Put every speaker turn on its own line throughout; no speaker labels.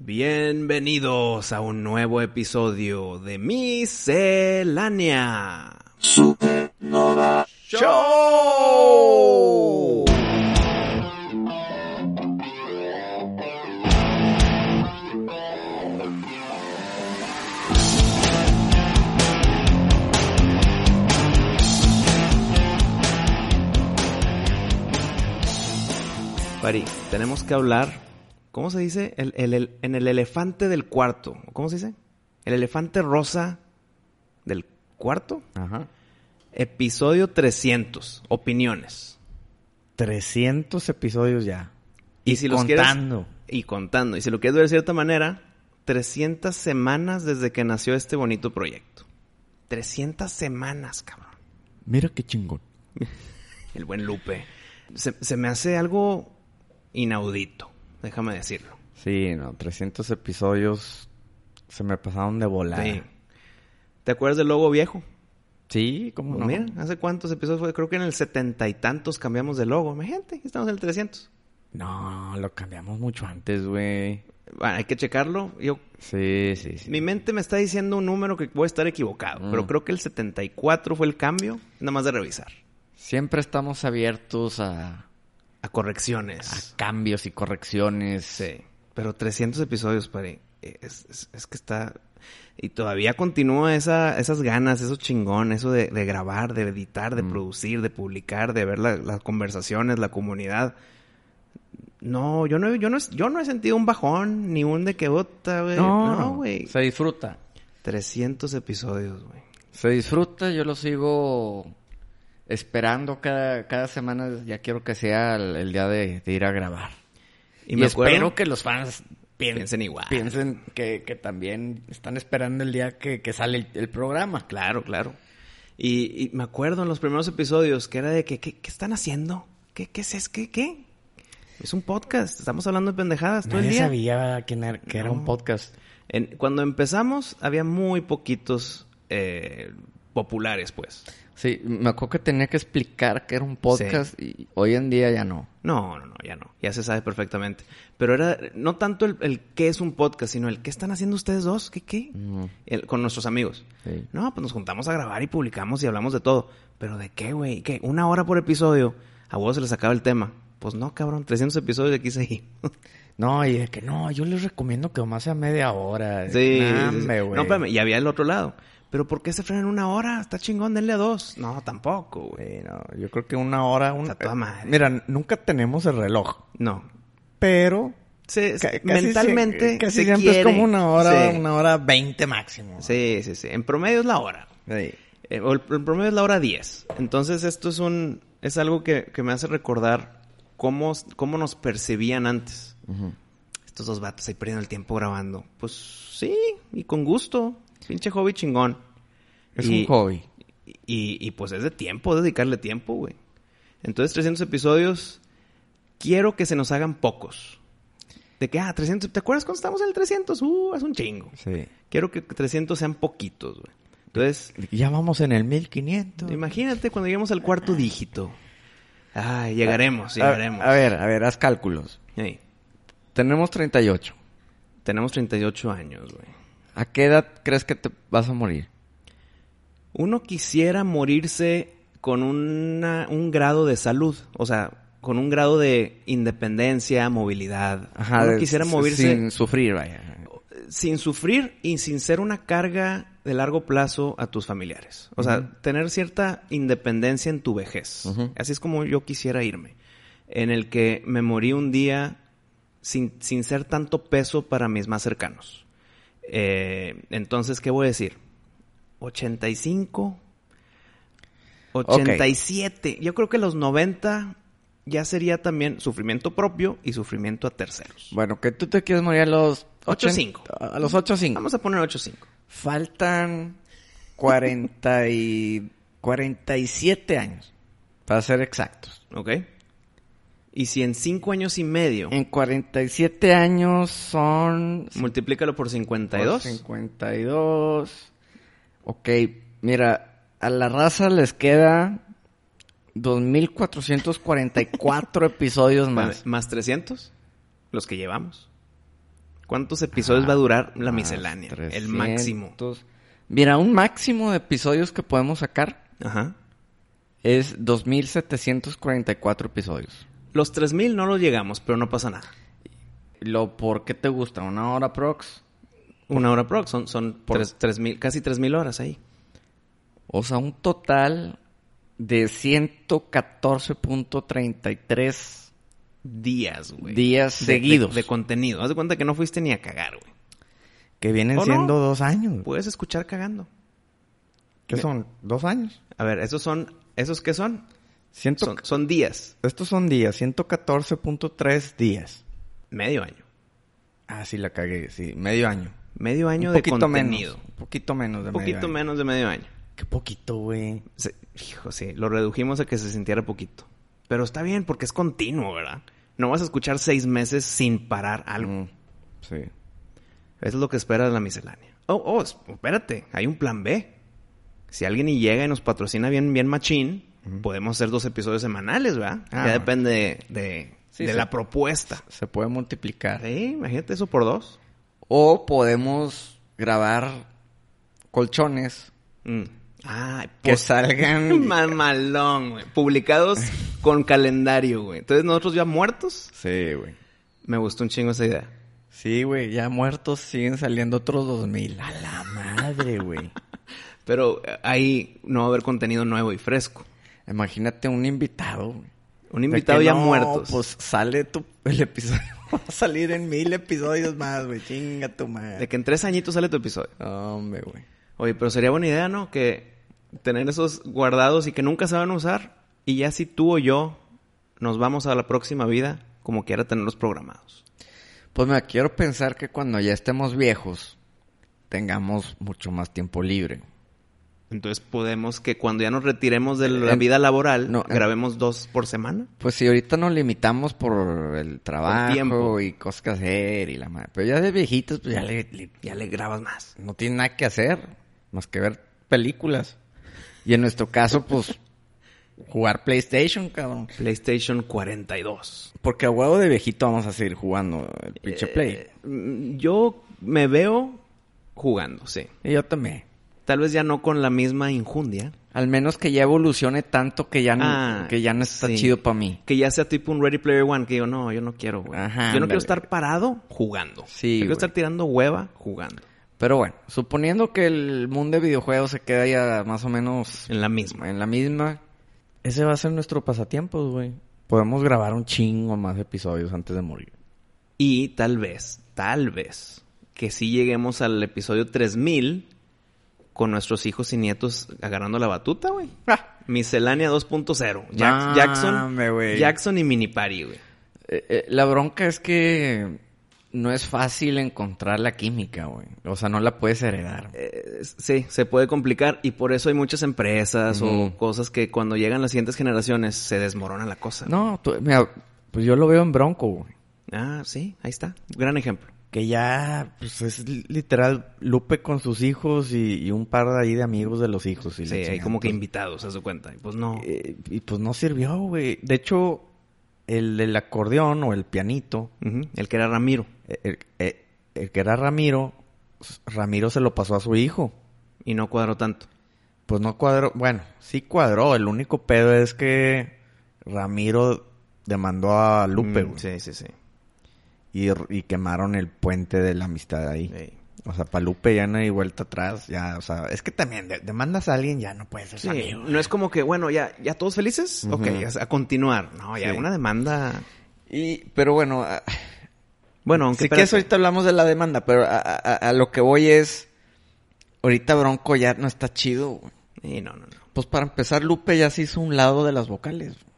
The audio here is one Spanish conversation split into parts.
Bienvenidos a un nuevo episodio de Miscelánea
Supernova.
Show. Pari, tenemos que hablar. ¿Cómo se dice? El- el- el- en el elefante del cuarto. ¿Cómo se dice? El elefante rosa del cuarto.
Ajá.
Episodio 300. Opiniones.
300 episodios ya.
Y, si
contando.
los quieres. Y contando. Y si lo quieres ver de cierta manera, 300 semanas desde que nació este bonito proyecto. 300 semanas, cabrón.
Mira qué chingón.
El buen Lupe. Se, se me hace algo inaudito. Déjame decirlo.
Sí, no, 300 episodios se me pasaron de volada.
Sí. ¿Te acuerdas del logo viejo?
Sí, como
Pues
no.
Mira, ¿hace cuántos episodios fue? Creo que en el setenta y tantos cambiamos de logo. Imagínate, aquí estamos en el 300.
No, lo cambiamos mucho antes, güey.
Bueno, hay que checarlo. Yo
Sí, sí, sí.
Mi mente me está diciendo un número que voy a estar equivocado,
Mm.
pero creo que el 74 fue el cambio, nada más de revisar.
Siempre estamos abiertos a,
A
a
correcciones.
cambios y correcciones.
Sí. Ah, Pero 300 episodios, pare. eh, Es, es- es que está... Y todavía continúa esa, esas ganas, eso chingón, eso de, de grabar, de editar, de
Mm.
producir, de publicar, de ver la- las conversaciones, la comunidad. No, yo no, he- yo, no, he- yo no he sentido un bajón, ni un de que bota, güey. No, güey.
se disfruta.
300 episodios, güey.
Se disfruta, yo lo sigo esperando cada, cada semana. Ya quiero que sea el, el día de, de ir a grabar. Y,
me acuerdo-
espero que los fans pien-
Piensen igual.
Piensen que, que también están esperando el día que, que sale el, el programa.
Claro, claro. Y, y me acuerdo en los primeros episodios que era de que, ¿qué, qué están haciendo? ¿Qué, qué es, es qué, qué? Es un podcast, estamos hablando de pendejadas todo el
Nadie
día.
sabía quién era, que era
No.
un podcast.
En- cuando empezamos había muy poquitos eh, populares, pues.
Sí, me acuerdo que tenía que explicar que era un podcast y hoy en día ya no.
No, no, no, ya no, ya se sabe perfectamente. Pero era no tanto el, el qué es un podcast, sino el qué están haciendo ustedes dos, qué, qué,
Mm.
El- con nuestros amigos.
Sí.
No, pues nos juntamos a grabar y publicamos y hablamos de todo. ¿Pero de qué, güey? ¿Qué? ¿Una hora por episodio? A vos se les acaba el tema. Pues no, cabrón, 300 episodios de aquí seguí.
No, y de que no, yo les recomiendo que más sea media hora.
sí,
Nah,
sí, sí.
hombre, güey.
No, espérame, y había el otro lado. ¿Pero por qué se frenan una hora? Está chingón, denle dos. No, tampoco, güey.
Sí, no, yo creo que una hora... Una...
Está toda madre.
Mira, nunca tenemos el reloj,
No.
pero...
Se-
ca- casi
mentalmente
sie- casi
se
siempre es
quiere.
como una hora,
Sí.
una hora veinte máximo.
Sí, sí, sí. En promedio es la hora.
Sí.
Eh, o el, el promedio es la hora 10. Entonces esto es un es algo que, que me hace recordar cómo, cómo nos percibían antes. Estos dos vatos ahí perdiendo el tiempo grabando. Pues sí, y con gusto. Pinche hobby chingón.
Es
Y-
un hobby.
Y, y pues es de tiempo, es dedicarle tiempo, güey. Entonces 300 episodios, quiero que se nos hagan pocos. De que, ah, 300, ¿te acuerdas cuando estábamos en el 300? Uh, es un chingo.
Sí.
Quiero que 300 sean poquitos, güey. Entonces...
Ya vamos en el 1500.
Imagínate cuando lleguemos al cuarto dígito. Ay, llegaremos,
A-
llegaremos.
A, ver, a ver, haz cálculos.
Ey,
Tenemos 38.
tenemos 38 años, güey.
¿A qué edad crees que te vas a morir?
Uno quisiera morirse con una- un grado de salud, o sea, con un grado de independencia, movilidad. Uno
de-
quisiera
s-
moverse
Sin
sin...
sufrir, vaya.
sufrir y sin ser una carga de largo plazo a tus familiares. O sea,
Ujú.
tener cierta independencia en tu vejez.
Ujú.
Así es como yo quisiera irme. En el que me morí un día sin, sin ser tanto peso para mis más cercanos. Eh, entonces, ¿qué voy a decir? 85, 87. Yo creo que los 90 ya sería también sufrimiento propio y sufrimiento a terceros.
Bueno, que tú te quieres morir a los...
8.5.
80 A los 8.5.
Vamos a poner 8.5.
Faltan 40 y 47 años, para ser exactos.
¿Ok? Y si en 5 años y medio,
En 47 años son...
multiplícalo por 52.
52. Ok, mira, a la raza les queda 2.444 episodios
Más.
más.
más 300, los que llevamos. ¿Cuántos episodios va a durar la miscelánea?
Ah, Más
El máximo.
300. Mira, un máximo de episodios que podemos sacar
Ajá.
es 2.744 episodios.
Los 3000 no los llegamos, pero no pasa nada.
¿Lo por qué te gusta? ¿Una hora prox?
Una hora prox, son, son
Por-
tres- 3000, casi 3000 horas ahí.
O sea, un total de 114.33
Días, güey.
días
De-
seguidos.
De, de contenido. Haz de cuenta que no fuiste ni a cagar, güey.
que vienen
¿O no?
siendo dos años.
Puedes escuchar cagando.
¿Qué son? ¿Dos años?
A ver, esos son, ¿esos qué son?
Ciento-
Son, son días.
Estos son días, 114.3 días.
Medio año.
Ah, sí, la cagué, sí, medio año.
Medio año
un
de
poquito
contenido.
menos. Un poquito menos de
Un poquito
medio año.
menos de medio año.
Qué poquito, güey.
Se- hijo, sí, lo redujimos a que se sintiera poquito. Pero está bien porque es continuo, ¿verdad? No vas a escuchar seis meses sin parar algo.
Mm, sí.
Eso es lo que espera de la miscelánea. Oh, oh, es- espérate, hay un plan B. Si alguien y llega y nos patrocina bien, bien machín, podemos hacer dos episodios semanales, ¿verdad?
Ah,
ya
bueno.
depende de, de-
Sí,
de
sí.
la propuesta.
Se puede multiplicar.
Sí, imagínate eso por dos.
O podemos grabar colchones
Mm. Ah,
que
pues,
salgan.
mamalón, güey. Publicados con calendario, güey. Entonces nosotros ya muertos,
Sí, güey.
me gustó un chingo esa idea.
Sí, güey, ya muertos siguen saliendo otros 2000. A la madre, güey.
Pero eh, ahí no va a haber contenido nuevo y fresco.
Imagínate un invitado. güey.
Un
De
invitado
que
ya
no,
muerto.
Pues sale tu, el episodio. Va a salir en mil episodios más, güey. Chinga tu madre.
De que en tres añitos sale tu episodio.
Hombre, güey.
Oye, pero sería buena idea, ¿no? Que tener esos guardados y que nunca se van a usar. Y ya si tú o yo nos vamos a la próxima vida, como quiera tenerlos programados.
Pues me quiero pensar que cuando ya estemos viejos, tengamos mucho más tiempo libre.
Entonces podemos que cuando ya nos retiremos de la
Em,
vida laboral,
no, em.
grabemos dos por semana.
Pues si ahorita nos limitamos por el trabajo
tiempo.
y cosas que hacer y la madre. Pero ya de viejitos, pues ya le- le
Ya le grabas más.
no tiene nada que hacer más que ver películas. Y en nuestro caso, pues, jugar PlayStation, cabrón.
PlayStation 42.
Porque a huevo de viejito vamos a seguir jugando el pinche Play.
Mm, Yo me veo jugando, sí.
Y yo también.
Tal vez ya no con la misma injundia.
Al menos que ya evolucione tanto que ya no,
Ah,
que ya no está
sí.
chido para mí.
Que ya sea tipo un Ready Player One, que digo, no, yo no quiero, güey.
Ajá,
yo no
ándale.
quiero estar parado jugando.
Sí,
Yo quiero
güey.
estar tirando hueva jugando.
Pero bueno, suponiendo que el mundo de videojuegos se queda ya más o menos
En la misma.
en la misma, ese va a ser nuestro pasatiempo, güey. Podemos grabar un chingo más episodios antes de morir.
Y tal vez, tal vez, que sí lleguemos al episodio 3000 con nuestros hijos y nietos agarrando la batuta, güey. Miscelánea 2.0. Jack-
Ah. No, hombre,
Jackson,
güey.
Jackson y Mini Party, güey.
Eh, eh, la bronca es que no es fácil encontrar la química, güey. O sea, no la puedes heredar.
Eh, sí, se puede complicar y por eso hay muchas empresas
Ujú.
o cosas que cuando llegan las siguientes generaciones se desmorona la cosa.
No, tú- mira, pues yo lo veo en Bronco, güey.
Ah, sí, ahí está. Gran ejemplo.
Que ya, pues es li- literal Lupe con sus hijos y, y un par de ahí de amigos de los hijos. Y la
Sí, hay
chingada.
como que
Entonces,
invitados, a su cuenta. Y pues no.
eh, y pues no sirvió, güey. De hecho, el del acordeón o el pianito,
Ujú, El que era Ramiro.
eh, el, eh, el que era Ramiro, s- Ramiro se lo pasó a su hijo.
Y no cuadró tanto.
Pues no cuadró, bueno, sí cuadró, el único pedo es que Ramiro demandó a Lupe,
Mm,
güey,
Sí, sí, sí.
y, r- y quemaron el puente de la amistad ahí.
Ey.
O sea, para Lupe ya no hay vuelta atrás, ya, o sea, es que también de- demandas a alguien ya no puedes ser su
Sí,
amigo.
no es como que, bueno, ya, ya todos felices.
Ujú.
Ok, o sea, a continuar. No, ya
Sí.
una demanda.
Y, pero bueno, a-
Bueno, aunque.
sí que eso
espérate.
ahorita hablamos de la demanda, pero a, a- a- a lo que voy es, ahorita Bronco ya no está chido, güey.
Eh, no, no, no.
Pues para empezar, Lupe ya se hizo un lado de las vocales. güey.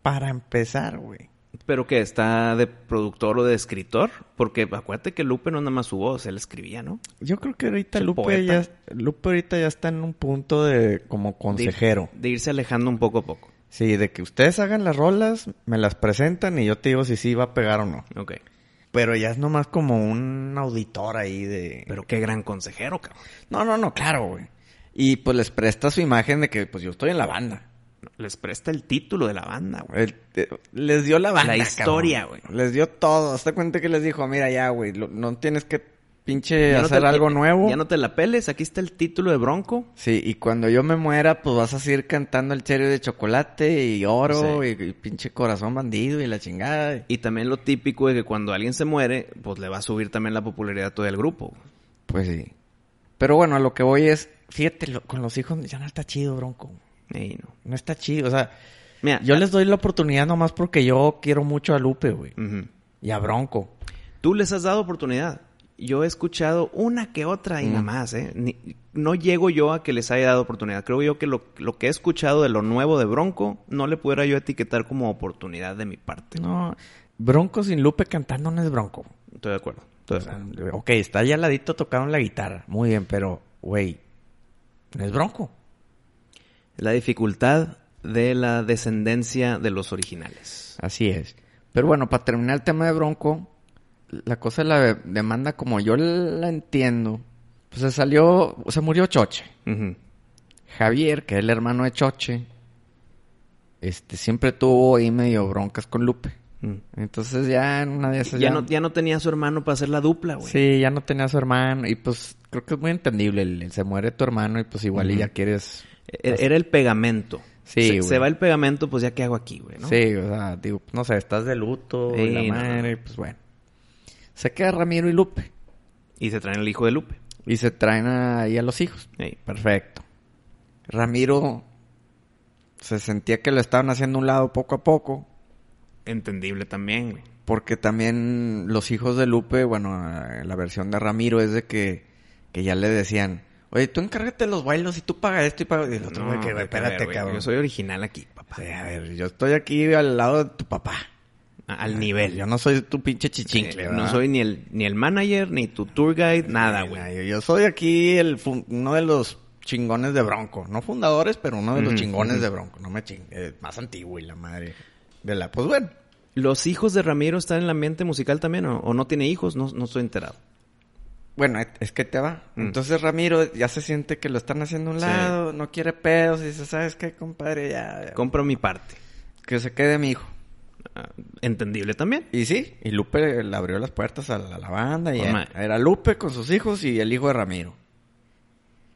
para empezar, güey.
¿Pero qué? ¿Está de productor o de escritor? Porque acuérdate que Lupe no nada más su voz, él escribía, ¿no?
Yo creo que ahorita
Es el
Lupe ya,
poeta.
Lupe ahorita ya está en un punto de como
De-
consejero.
De, irse alejando un poco a poco.
Sí, de que ustedes hagan las rolas, me las presentan y yo te digo si sí va a pegar o no.
Ok.
Pero ya es nomás como un auditor ahí de...
Pero qué gran consejero, cabrón.
No, no, no, claro, güey. Y pues les presta su imagen de que pues yo estoy en la banda.
Les presta el título de la banda, güey.
El- te- les dio la banda.
La
cabrón.
historia, güey.
Les dio todo. Hasta cuenta que les dijo, mira ya, güey, lo- no tienes que pinche
Ya no te- eh,
hacer algo nuevo.
Ya no te la peles, aquí está el título de Bronco.
Sí, y cuando yo me muera, pues vas a seguir cantando el cherry de chocolate y oro y, y pinche corazón bandido y la chingada. Y,
Y también lo típico de que cuando alguien se muere, pues le va a subir también la popularidad a todo el grupo.
pues sí. Pero bueno, a lo que voy es, fíjate, lo- con los hijos ya no está chido, bronco.
Ey, no.
No está chido, o sea,
Mira,
yo les doy la oportunidad nomás porque yo quiero mucho a Lupe, güey.
Ujú.
Y a Bronco.
Tú les has dado oportunidad. Yo he escuchado una que otra y
Mm.
nada más, ¿eh? Ni- no llego yo a que les haya dado oportunidad. Creo yo que lo, lo que he escuchado de lo nuevo de Bronco no le pudiera yo etiquetar como oportunidad de mi parte.
No, Bronco sin Lupe cantando no es Bronco.
Estoy de acuerdo. Estoy
O
de
sea,
acuerdo.
ok, está allá al ladito tocando la guitarra. Muy bien, pero, güey, no es Bronco.
La dificultad de la descendencia de los originales.
Así es.
Pero bueno, para terminar el tema de Bronco, la cosa de la de- demanda, como yo la entiendo, pues se salió, se murió Choche.
Ujú.
Javier, que es el hermano de Choche, este, siempre tuvo ahí medio broncas con Lupe.
Mm.
Entonces ya en una de esas
Ya, no, ya no tenía a su hermano para hacer la dupla, güey.
Sí, ya no tenía a su hermano. Y pues creo que es muy entendible. el- el se muere tu hermano y pues igual y
Ujú.
ya quieres.
E- Era el pegamento.
Sí,
se,
güey.
se va el pegamento, pues ya qué hago aquí, güey, ¿no?
Sí, o sea, digo, no sé, estás de luto y la
Sí, no,
madre,
no.
pues bueno. Se queda Ramiro y Lupe.
Y se traen el hijo de Lupe.
Y se traen ahí a los hijos.
Ey.
Perfecto. Ramiro se sentía que lo estaban haciendo a un lado poco a poco.
Entendible también, güey.
Porque también los hijos de Lupe, bueno, eh, la versión de Ramiro es de que, que ya le decían, oye, tú encárgate de los bailos y tú paga esto y paga... Y el otro, güey, que,
vete a
güey, espérate,
ver, güey,
cabrón.
Yo soy original aquí, papá.
Sí, a ver, yo estoy aquí al lado de tu papá.
A- Al nivel.
Yo no soy tu pinche chichincle,
Eh,
¿verdad?
Ah. no soy ni el, ni el manager, ni tu tour guide, nada,
Mira,
güey.
Yo, yo soy aquí el fun- uno de los chingones de Bronco. No fundadores, pero uno de los
Ujú,
chingones
ujú.
de Bronco. No me ching... eh, más antiguo y la madre. De la... Pues bueno.
¿Los hijos de Ramiro están en el ambiente musical también o, o no tiene hijos? No, no estoy enterado.
Bueno, et- es que te va.
Mm.
Entonces Ramiro ya se siente que lo están haciendo a un
Sí.
lado, no quiere pedos y dice, ¿sabes qué, compadre? Ya, ya,
Compro mi parte.
que se quede mi hijo.
Ah, Entendible también.
Y sí, y Lupe le abrió las puertas a la, a la banda y
Con
era,
madre.
era Lupe con sus hijos y el hijo de Ramiro.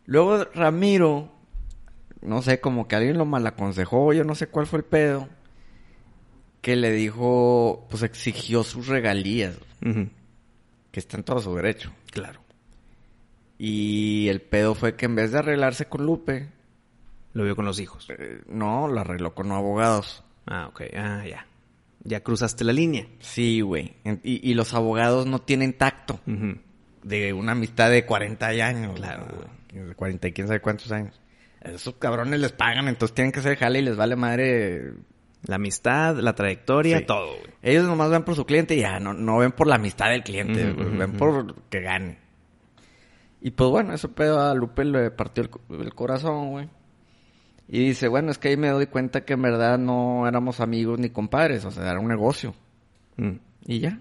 Luego Ramiro, no sé, como que alguien lo malaconsejó, yo no sé cuál fue el pedo, que le dijo, pues exigió sus regalías,
Ujú,
que está en todo su derecho.
Claro.
Y el pedo fue que en vez de arreglarse con Lupe,
Lo vio con los hijos.
eh, no, lo arregló con abogados.
Ah, ok. Ah, ya. Ya cruzaste la línea.
Sí, güey. En- Y, y los abogados no tienen tacto.
Ujú.
de una amistad de 40 años.
Claro,
¿no? De 40 y quién sabe cuántos años. A Esos cabrones les pagan, entonces tienen que hacer jale y les vale madre.
La amistad, la trayectoria,
Sí.
todo, güey.
Ellos nomás ven por su cliente y ya, no, no ven por la amistad del cliente,
Ujú,
güey,
ujú,
ven
ujú.
por que gane. Y pues bueno, ese pedo a Lupe le partió el, co- el corazón, güey. Y dice, bueno, es que ahí me doy cuenta que en verdad no éramos amigos ni compadres, o sea, era un negocio.
Mm.
Y ya.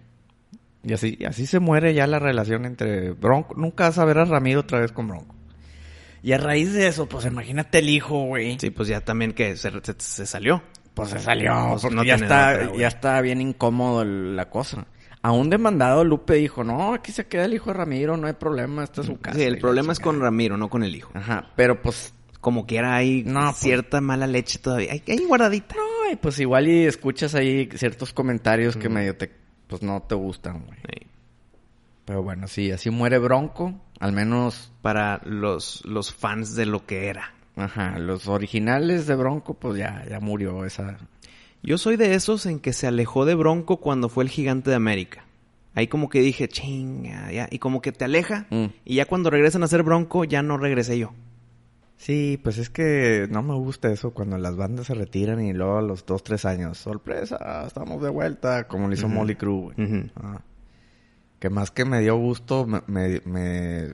Y así, y así se muere ya la relación entre Bronco. Nunca vas a ver a Ramiro otra vez con Bronco. Y a raíz de eso, pues imagínate el hijo, güey.
Sí, pues ya también que se, se- se salió.
Pues se salió.
Pues
porque
no
ya,
tiene
está,
otra, güey.
ya está bien incómodo el- la cosa. A un demandado Lupe dijo, no, aquí se queda el hijo de Ramiro, no hay problema, esta es su casa.
Sí,
y
el
la
problema es con
chingada.
Ramiro, no con el hijo.
Ajá, pero pues,
Como quiera hay
No, pues-
cierta mala leche todavía. Hay, hay guardadita.
no, y pues igual y escuchas ahí ciertos comentarios que medio te, pues no te gustan, güey.
Ey.
Pero bueno, sí, así muere Bronco, al menos
para los, los fans de lo que era.
Ajá, los originales de Bronco, pues ya, ya murió esa.
Yo soy de esos en que se alejó de Bronco cuando fue el gigante de América. Ahí como que dije, chinga, ya. Y como que te aleja.
Mm.
Y ya cuando regresan a ser Bronco, ya no regresé yo.
Sí, pues es que no me gusta eso cuando las bandas se retiran y luego a los dos, tres años, sorpresa, estamos de vuelta, como lo hizo
Ujú.
Molly Crew, güey.
Ujú.
Ah. Que más que me dio gusto, me, me, me-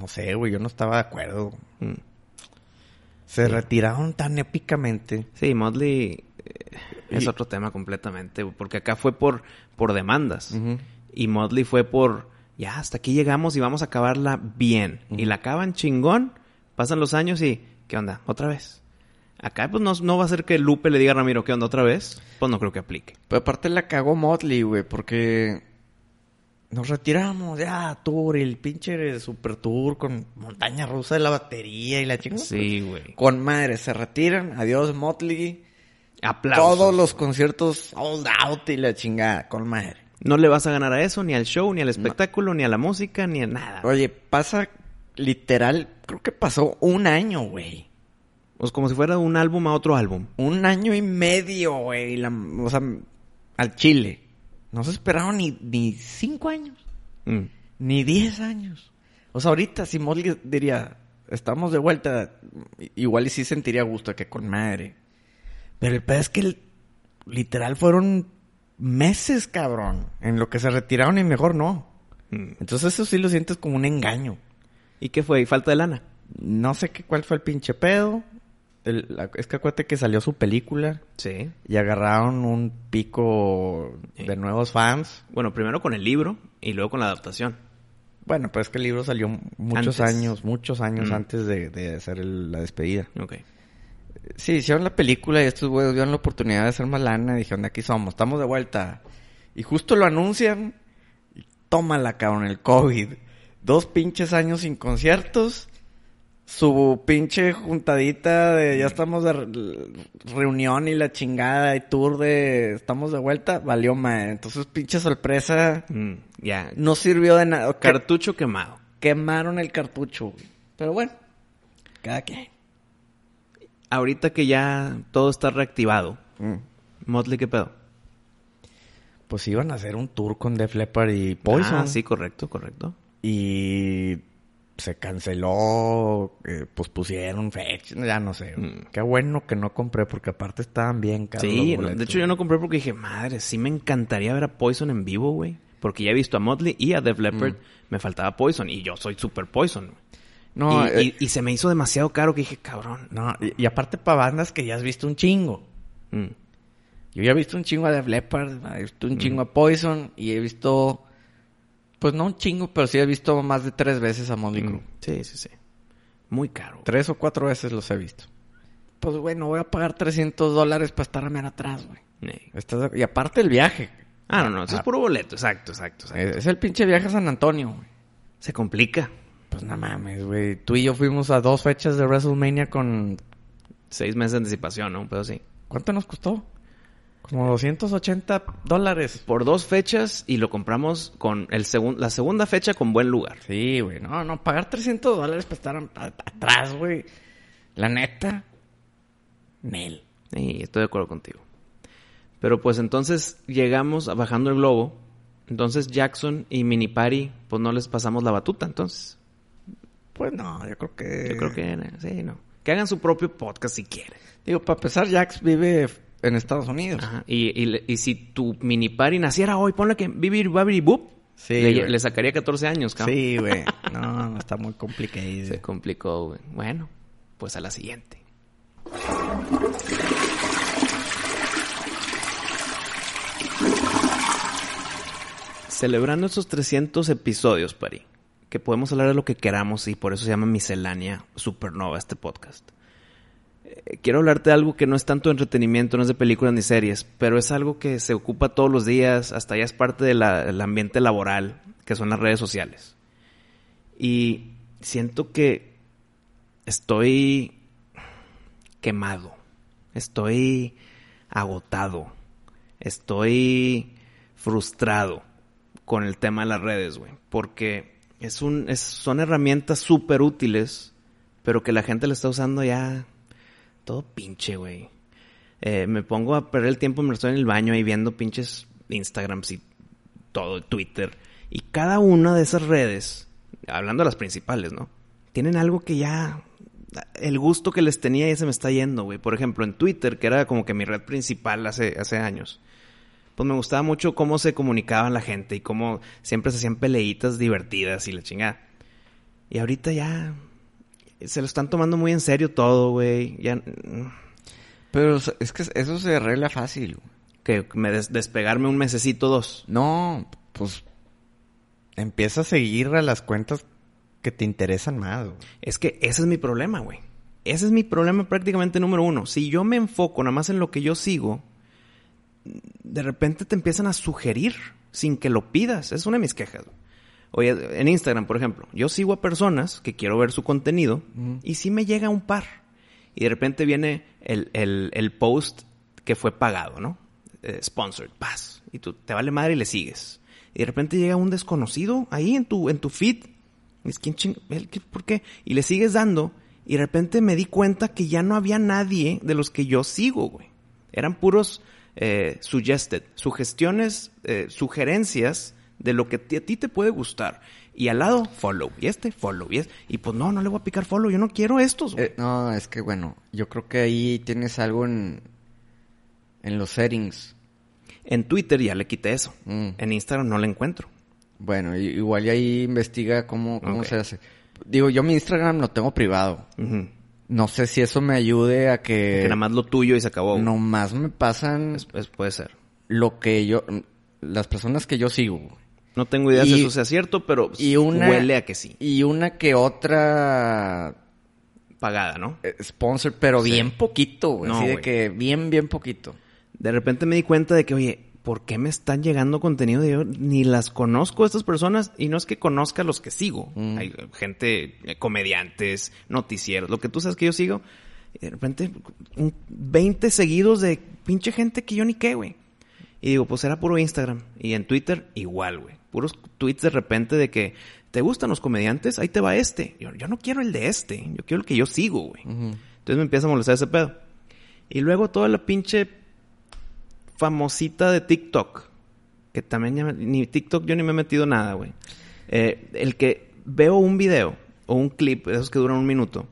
no sé, güey, yo no estaba de acuerdo.
Mm.
Se retiraron tan épicamente.
Sí, Motley eh, es otro tema completamente, güey, porque acá fue por, por demandas. Y Motley fue por, ya, hasta aquí llegamos y vamos a acabarla bien. Y la acaban chingón, pasan los años y, ¿qué onda? ¿Otra vez? Acá pues no, no va a ser que Lupe le diga a Ramiro, ¿qué onda? ¿Otra vez? Pues no creo que aplique.
Pero aparte la cagó Motley, güey, porque nos retiramos, ya, tour, el pinche super tour con montaña rusa de la batería y la chingada.
Sí, güey.
Con madre, se retiran, adiós Motley.
Aplausos.
Todos los conciertos sold out y la chingada, con madre.
No le vas a ganar a eso, ni al show, ni al espectáculo, ni a la música, ni a nada.
Oye, pasa literal, creo que pasó un año, güey.
Es Pues, como si fuera un álbum a otro álbum.
Un año y medio, güey. la- o sea, al Chile. No se esperaron ni, ni cinco años,
Mm.
ni diez años. O sea, ahorita si Motley diría, estamos de vuelta, i- igual y sí sentiría gusto que con madre. Pero el pedo es que el- literal fueron meses, cabrón, en lo que se retiraron y mejor no.
Mm.
Entonces eso sí lo sientes como un engaño.
¿Y qué fue? ¿Y falta de lana?
No sé qué, cuál fue el pinche pedo. El- la- es que acuérdate que salió su película
Sí.
y agarraron un pico de nuevos fans.
Bueno, primero con el libro y luego con la adaptación.
Bueno, pero es que el libro salió muchos
Antes.
años, muchos años
Mm.
antes de, de hacer el- la despedida.
Ok.
Sí, hicieron la película y estos güeyes vieron la oportunidad de hacer más lana y dijeron, de aquí somos, estamos de vuelta. Y justo lo anuncian, y tómala, cabrón, el COVID. Dos pinches años sin conciertos, su pinche juntadita de ya estamos de re- reunión y la chingada y tour de estamos de vuelta, valió madre. Entonces, pinche sorpresa,
Mm, Ya.
no sirvió de nada. Que-
Cartucho quemado.
quemaron el cartucho, güey. Pero bueno, cada quien.
Ahorita que ya todo está reactivado, Motley, ¿qué pedo?
Pues iban a hacer un tour con Def Leppard y Poison.
Ah, sí, correcto, correcto.
Y se canceló, eh, pues pusieron fecha, ya no sé. güey. Qué bueno que no compré porque aparte estaban bien caros.
Mm. sí,
los
no, de
boletos,
hecho yo no
güey.
compré porque dije, madre, sí me encantaría ver a Poison en vivo, güey. Porque ya he visto a Motley y a Def Leppard, me faltaba Poison y yo soy super Poison. güey.
Mm. No,
y,
eh,
y- y se me hizo demasiado caro que dije, cabrón.
no, y, y aparte para bandas que ya has visto un chingo.
Mm,
Yo ya he visto un chingo a Def Leppard, ah, he visto un chingo a Poison y he visto, pues no un chingo, pero sí he visto más de tres veces a Motley Crue.
mm, Sí, sí, sí. Muy caro.
Tres o cuatro veces los he visto. Pues bueno, voy a pagar 300 dólares para estar a mero atrás, güey.
Eh.
Estás- Y aparte el viaje.
Ah, no, no, eso
Ah.
es puro boleto, exacto, exacto.
O sea,
exacto.
Es, es el pinche viaje a San Antonio, güey.
Se complica.
Pues no mames, güey. Tú y yo fuimos a dos fechas de WrestleMania con...
Seis meses de anticipación, ¿no? Pero sí.
¿Cuánto nos costó? Como 280 dólares.
Por dos fechas y lo compramos con el segun- la segunda fecha con buen lugar.
Sí, güey. No, no. Pagar 300 dólares para estar a- a- atrás, güey. La neta. Nel.
Sí, estoy de acuerdo contigo. Pero pues entonces llegamos a- bajando el globo. Entonces Jackson y Minipari, pues no les pasamos la batuta entonces.
Pues no, yo creo que...
Yo creo que eh, sí, no. Que hagan su propio podcast si quieren.
Digo, para empezar, Jax vive f- en Estados Unidos.
Ajá. Y, y le- y si tu Minipari naciera hoy, ponle que Bibir Babiri Boop.
Sí,
le,
güey.
le sacaría 14 años, cabrón.
Sí, güey. No, no, está muy complicado.
Se complicó, güey. Bueno, pues a la siguiente. Celebrando estos 300 episodios, Pari, que podemos hablar de lo que queramos y por eso se llama Miscelánea Supernova este podcast. Eh, Quiero hablarte de algo que no es tanto entretenimiento, no es de películas ni series, pero es algo que se ocupa todos los días, hasta ya es parte del ambiente laboral, que son las redes sociales. Y siento que estoy quemado, estoy agotado, estoy frustrado con el tema de las redes, güey. Porque es un, es- son herramientas súper útiles, pero que la gente le está usando ya todo pinche, güey. Eh, me pongo a perder el tiempo, me estoy en el baño ahí viendo pinches Instagram, sí, todo, Twitter. Y cada una de esas redes, hablando de las principales, ¿no? Tienen algo que ya el gusto que les tenía ya se me está yendo, güey. Por ejemplo, en Twitter, que era como que mi red principal hace, hace años, pues me gustaba mucho cómo se comunicaban la gente y cómo siempre se hacían peleitas divertidas y la chingada. Y ahorita ya se lo están tomando muy en serio todo, güey. Ya...
Pero es que eso se arregla fácil. güey.
Que me des- despegarme un mesecito, dos.
No, pues empieza a seguir a las cuentas que te interesan más. güey.
Es que ese es mi problema, güey. Ese es mi problema prácticamente número uno. Si yo me enfoco nada más en lo que yo sigo, de repente te empiezan a sugerir sin que lo pidas. Es una de mis quejas. güey. Oye, en Instagram, por ejemplo, yo sigo a personas que quiero ver su contenido y sí me llega un par. Y de repente viene el, el- el post que fue pagado, ¿no? Eh, sponsored, paz. Y tú te vale madre y le sigues. Y de repente llega un desconocido ahí en tu, en tu feed. Y Es ¿quién ching- él qué- ¿Por qué? Y le sigues dando. Y de repente me di cuenta que ya no había nadie de los que yo sigo, güey. Eran puros eh, suggested, sugestiones, eh, sugerencias de lo que te- a ti te puede gustar. Y al lado, follow. Y este, follow. Y, es- y pues no, no le voy a picar follow. Yo no quiero estos. güey.
Eh, no, es que bueno, yo creo que ahí tienes algo en, en los settings.
En Twitter ya le quité eso.
Mm.
En Instagram no le encuentro.
Bueno, i- igual y ahí investiga cómo, cómo
Ok.
se hace. Digo, yo mi Instagram lo tengo privado.
Ujú.
No sé si eso me ayude a
Que
que,
nada más lo tuyo y se acabó.
nomás me pasan
Es- es- puede ser.
lo que yo, las personas que yo sigo. güey.
No tengo idea si
Y-
eso sea cierto, pero
Y una,
pues, huele a que sí.
Y una que otra
Pagada, ¿no?
eh, sponsor, pero
Sí.
bien poquito, güey.
No,
así de
güey.
que bien, bien poquito.
De repente me di cuenta de que, oye, ¿por qué me están llegando contenido? de Yo ni las conozco a estas personas y no es que conozca a los que sigo. Hay gente, eh, comediantes, noticieros, lo que tú sabes que yo sigo. Y de repente, un 20 seguidos de pinche gente que yo ni qué, güey. Y digo, pues era puro Instagram. Y en Twitter, igual, güey. Puros tweets de repente de que, ¿te gustan los comediantes? Ahí te va este. Yo, yo no quiero el de este. Yo quiero el que yo sigo, güey. Entonces me empieza a molestar ese pedo. Y luego toda la pinche famosita de TikTok. Que también ya me- ni TikTok yo ni me he metido nada, güey. Eh, el que veo un video o un clip de esos que duran un minuto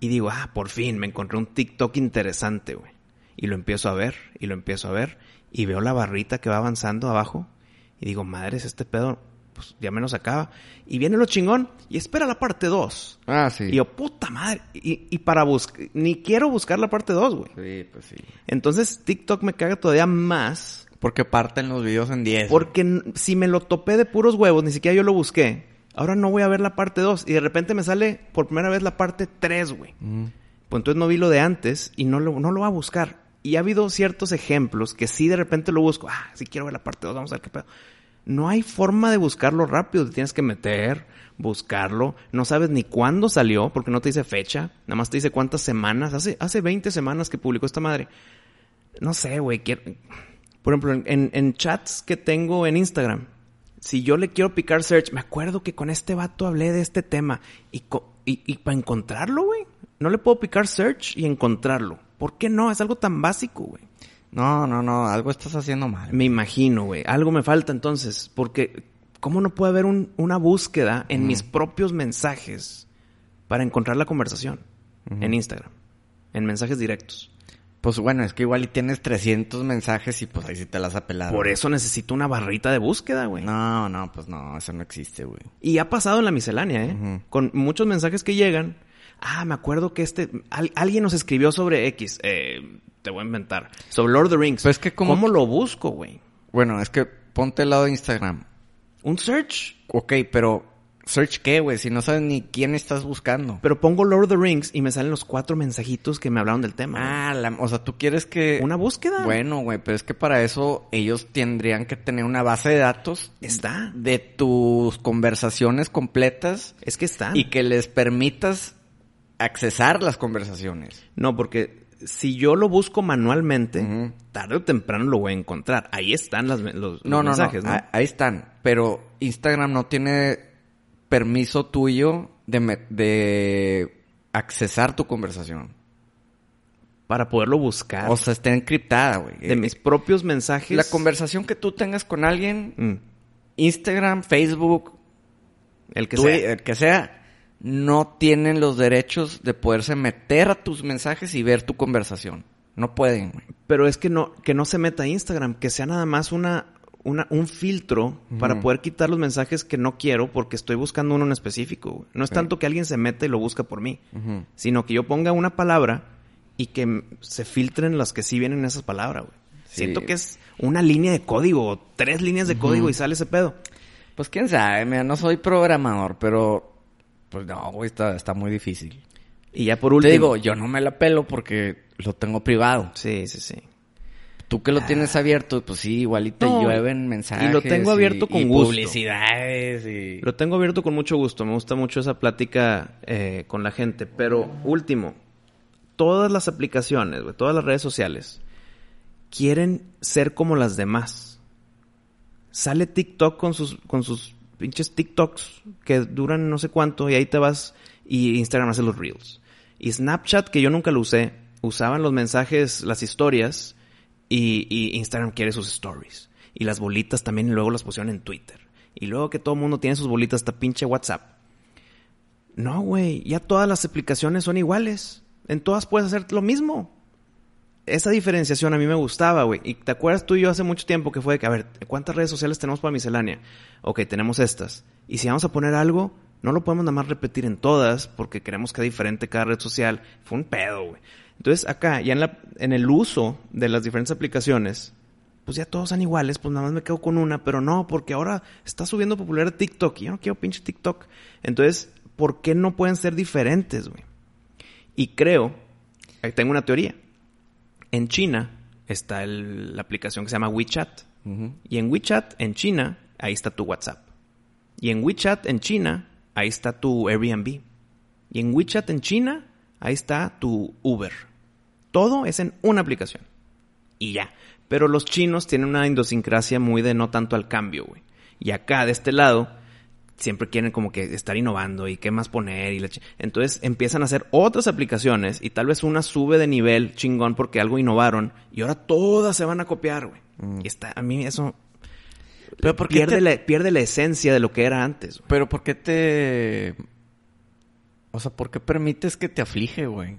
y digo, ah, por fin me encontré un TikTok interesante, güey. Y lo empiezo a ver y lo empiezo a ver y veo la barrita que va avanzando abajo y digo, madres, este pedo, pues ya menos acaba. Y viene lo chingón y espera la parte 2.
Ah, sí.
Y yo, puta madre. Y, y para buscar, ni quiero buscar la parte 2, güey.
Sí, pues sí.
Entonces TikTok me caga todavía más
Porque parten los videos en 10.
porque n- si me lo topé de puros huevos, ni siquiera yo lo busqué. Ahora no voy a ver la parte 2 y de repente me sale por primera vez la parte 3, güey. Pues entonces no vi lo de antes y no lo, no lo voy a buscar. Y ha habido ciertos ejemplos que sí de repente lo busco. Ah, sí quiero ver la parte 2, vamos a ver qué pedo. No hay forma de buscarlo rápido. Te tienes que meter, buscarlo. No sabes ni cuándo salió porque no te dice fecha. Nada más te dice cuántas semanas. Hace, hace 20 semanas que publicó esta madre. No sé, güey. quiero- Por ejemplo, en- en, en chats que tengo en Instagram, si yo le quiero picar search, me acuerdo que con este vato hablé de este tema y, co- y, para encontrarlo, güey. No le puedo picar search y encontrarlo. ¿Por qué no? Es algo tan básico, güey.
No, no, no. Algo estás haciendo mal.
Me imagino, güey. Algo me falta entonces, porque ¿cómo no puede haber un- una búsqueda en mis propios mensajes para encontrar la conversación? En Instagram, en mensajes directos.
Pues bueno, es que igual y tienes 300 mensajes y pues ahí sí te las ha pelado.
Por eso necesito una barrita de búsqueda, güey.
No, no, pues no, eso no existe, güey.
Y ha pasado en la miscelánea, ¿eh?
Ujú.
Con muchos mensajes que llegan. Ah, me acuerdo que este... al- alguien nos escribió sobre X. eh, te voy a inventar. Sobre Lord of the Rings.
Pues que como-
¿Cómo lo busco, güey?
Bueno, es que ponte el lado de Instagram.
Un search.
Ok, pero search qué, güey, si no sabes ni quién estás buscando.
Pero pongo Lord of the Rings y me salen los cuatro mensajitos que me hablaron del tema.
Ah, la- o sea, tú quieres que...
Una búsqueda.
Bueno, güey, pero es que para eso ellos tendrían que tener una base de datos
Está.
de tus conversaciones completas
Es que está.
y que les permitas accesar las conversaciones.
No, porque si yo lo busco manualmente,
Ujú.
tarde o temprano lo voy a encontrar. Ahí están las me- los, los
No, no,
mensajes,
no.
¿no?
Ah, Ahí están. Pero Instagram no tiene permiso tuyo de, me- de accesar tu conversación.
Para poderlo buscar.
O sea, está encriptada, güey.
Ah.
Eh,
de mis propios mensajes.
La conversación que tú tengas con alguien,
Mm.
Instagram, Facebook,
El que
Twi-
sea.
el que sea, no tienen los derechos de poderse meter a tus mensajes y ver tu conversación. No pueden, güey.
Pero es que no, que no se meta a Instagram, que sea nada más una, una, un filtro para poder quitar los mensajes que no quiero porque estoy buscando uno en específico. güey. No es tanto que alguien se meta y lo busca por mí, sino que yo ponga una palabra y que m- se filtren las que sí vienen en esas palabras, güey. Siento que es una línea de código, o tres líneas de código y sale ese pedo.
Pues quién sabe, mira, no soy programador, pero pues no, güey, está, está muy difícil.
Y ya por último.
Te digo, yo no me la pelo porque lo tengo privado.
Sí, sí, sí.
Tú que lo tienes abierto, pues sí, igual y te
No,
llueven mensajes.
y lo tengo abierto con
y
gusto.
publicidades y...
Lo tengo abierto con mucho gusto. Me gusta mucho esa plática eh, con la gente. Pero último, todas las aplicaciones, güey, todas las redes sociales quieren ser como las demás. Sale TikTok con sus, con sus pinches TikToks que duran no sé cuánto y ahí te vas y Instagram hace los reels. Y Snapchat, que yo nunca lo usé, usaban los mensajes, las historias y, y Instagram quiere sus stories. Y las bolitas también luego las pusieron en Twitter. Y luego que todo el mundo tiene sus bolitas hasta pinche WhatsApp. No, güey, ya todas las aplicaciones son iguales. En todas puedes hacer lo mismo. Esa diferenciación a mí me gustaba, güey. Y te acuerdas tú y yo hace mucho tiempo que fue de que, a ver, ¿cuántas redes sociales tenemos para miscelánea? Ok, tenemos estas. Y si vamos a poner algo, no lo podemos nada más repetir en todas porque queremos que sea diferente cada red social. Fue un pedo, güey. Entonces acá, ya en, la, en el uso de las diferentes aplicaciones, pues ya todos son iguales, pues nada más me quedo con una, pero no, porque ahora está subiendo popular TikTok y yo no quiero pinche TikTok. Entonces, ¿por qué no pueden ser diferentes, güey? Y creo, ahí tengo una teoría. En China está el- la aplicación que se llama WeChat. Y en WeChat, en China, ahí está tu WhatsApp. Y en WeChat, en China, ahí está tu Airbnb. Y en WeChat, en China, ahí está tu Uber. Todo es en una aplicación y ya. Pero los chinos tienen una idiosincrasia muy de no tanto al cambio, güey. Y acá, de este lado, siempre quieren como que estar innovando y qué más poner y la chi- Entonces empiezan a hacer otras aplicaciones y tal vez una sube de nivel chingón porque algo innovaron y ahora todas se van a copiar, güey. Y está, a mí eso
Pero Mm. ¿por qué
pierde,
te-
la, pierde la esencia de lo que era antes, güey.
Pero ¿por qué te... O sea, ¿por qué permites que te aflige, güey?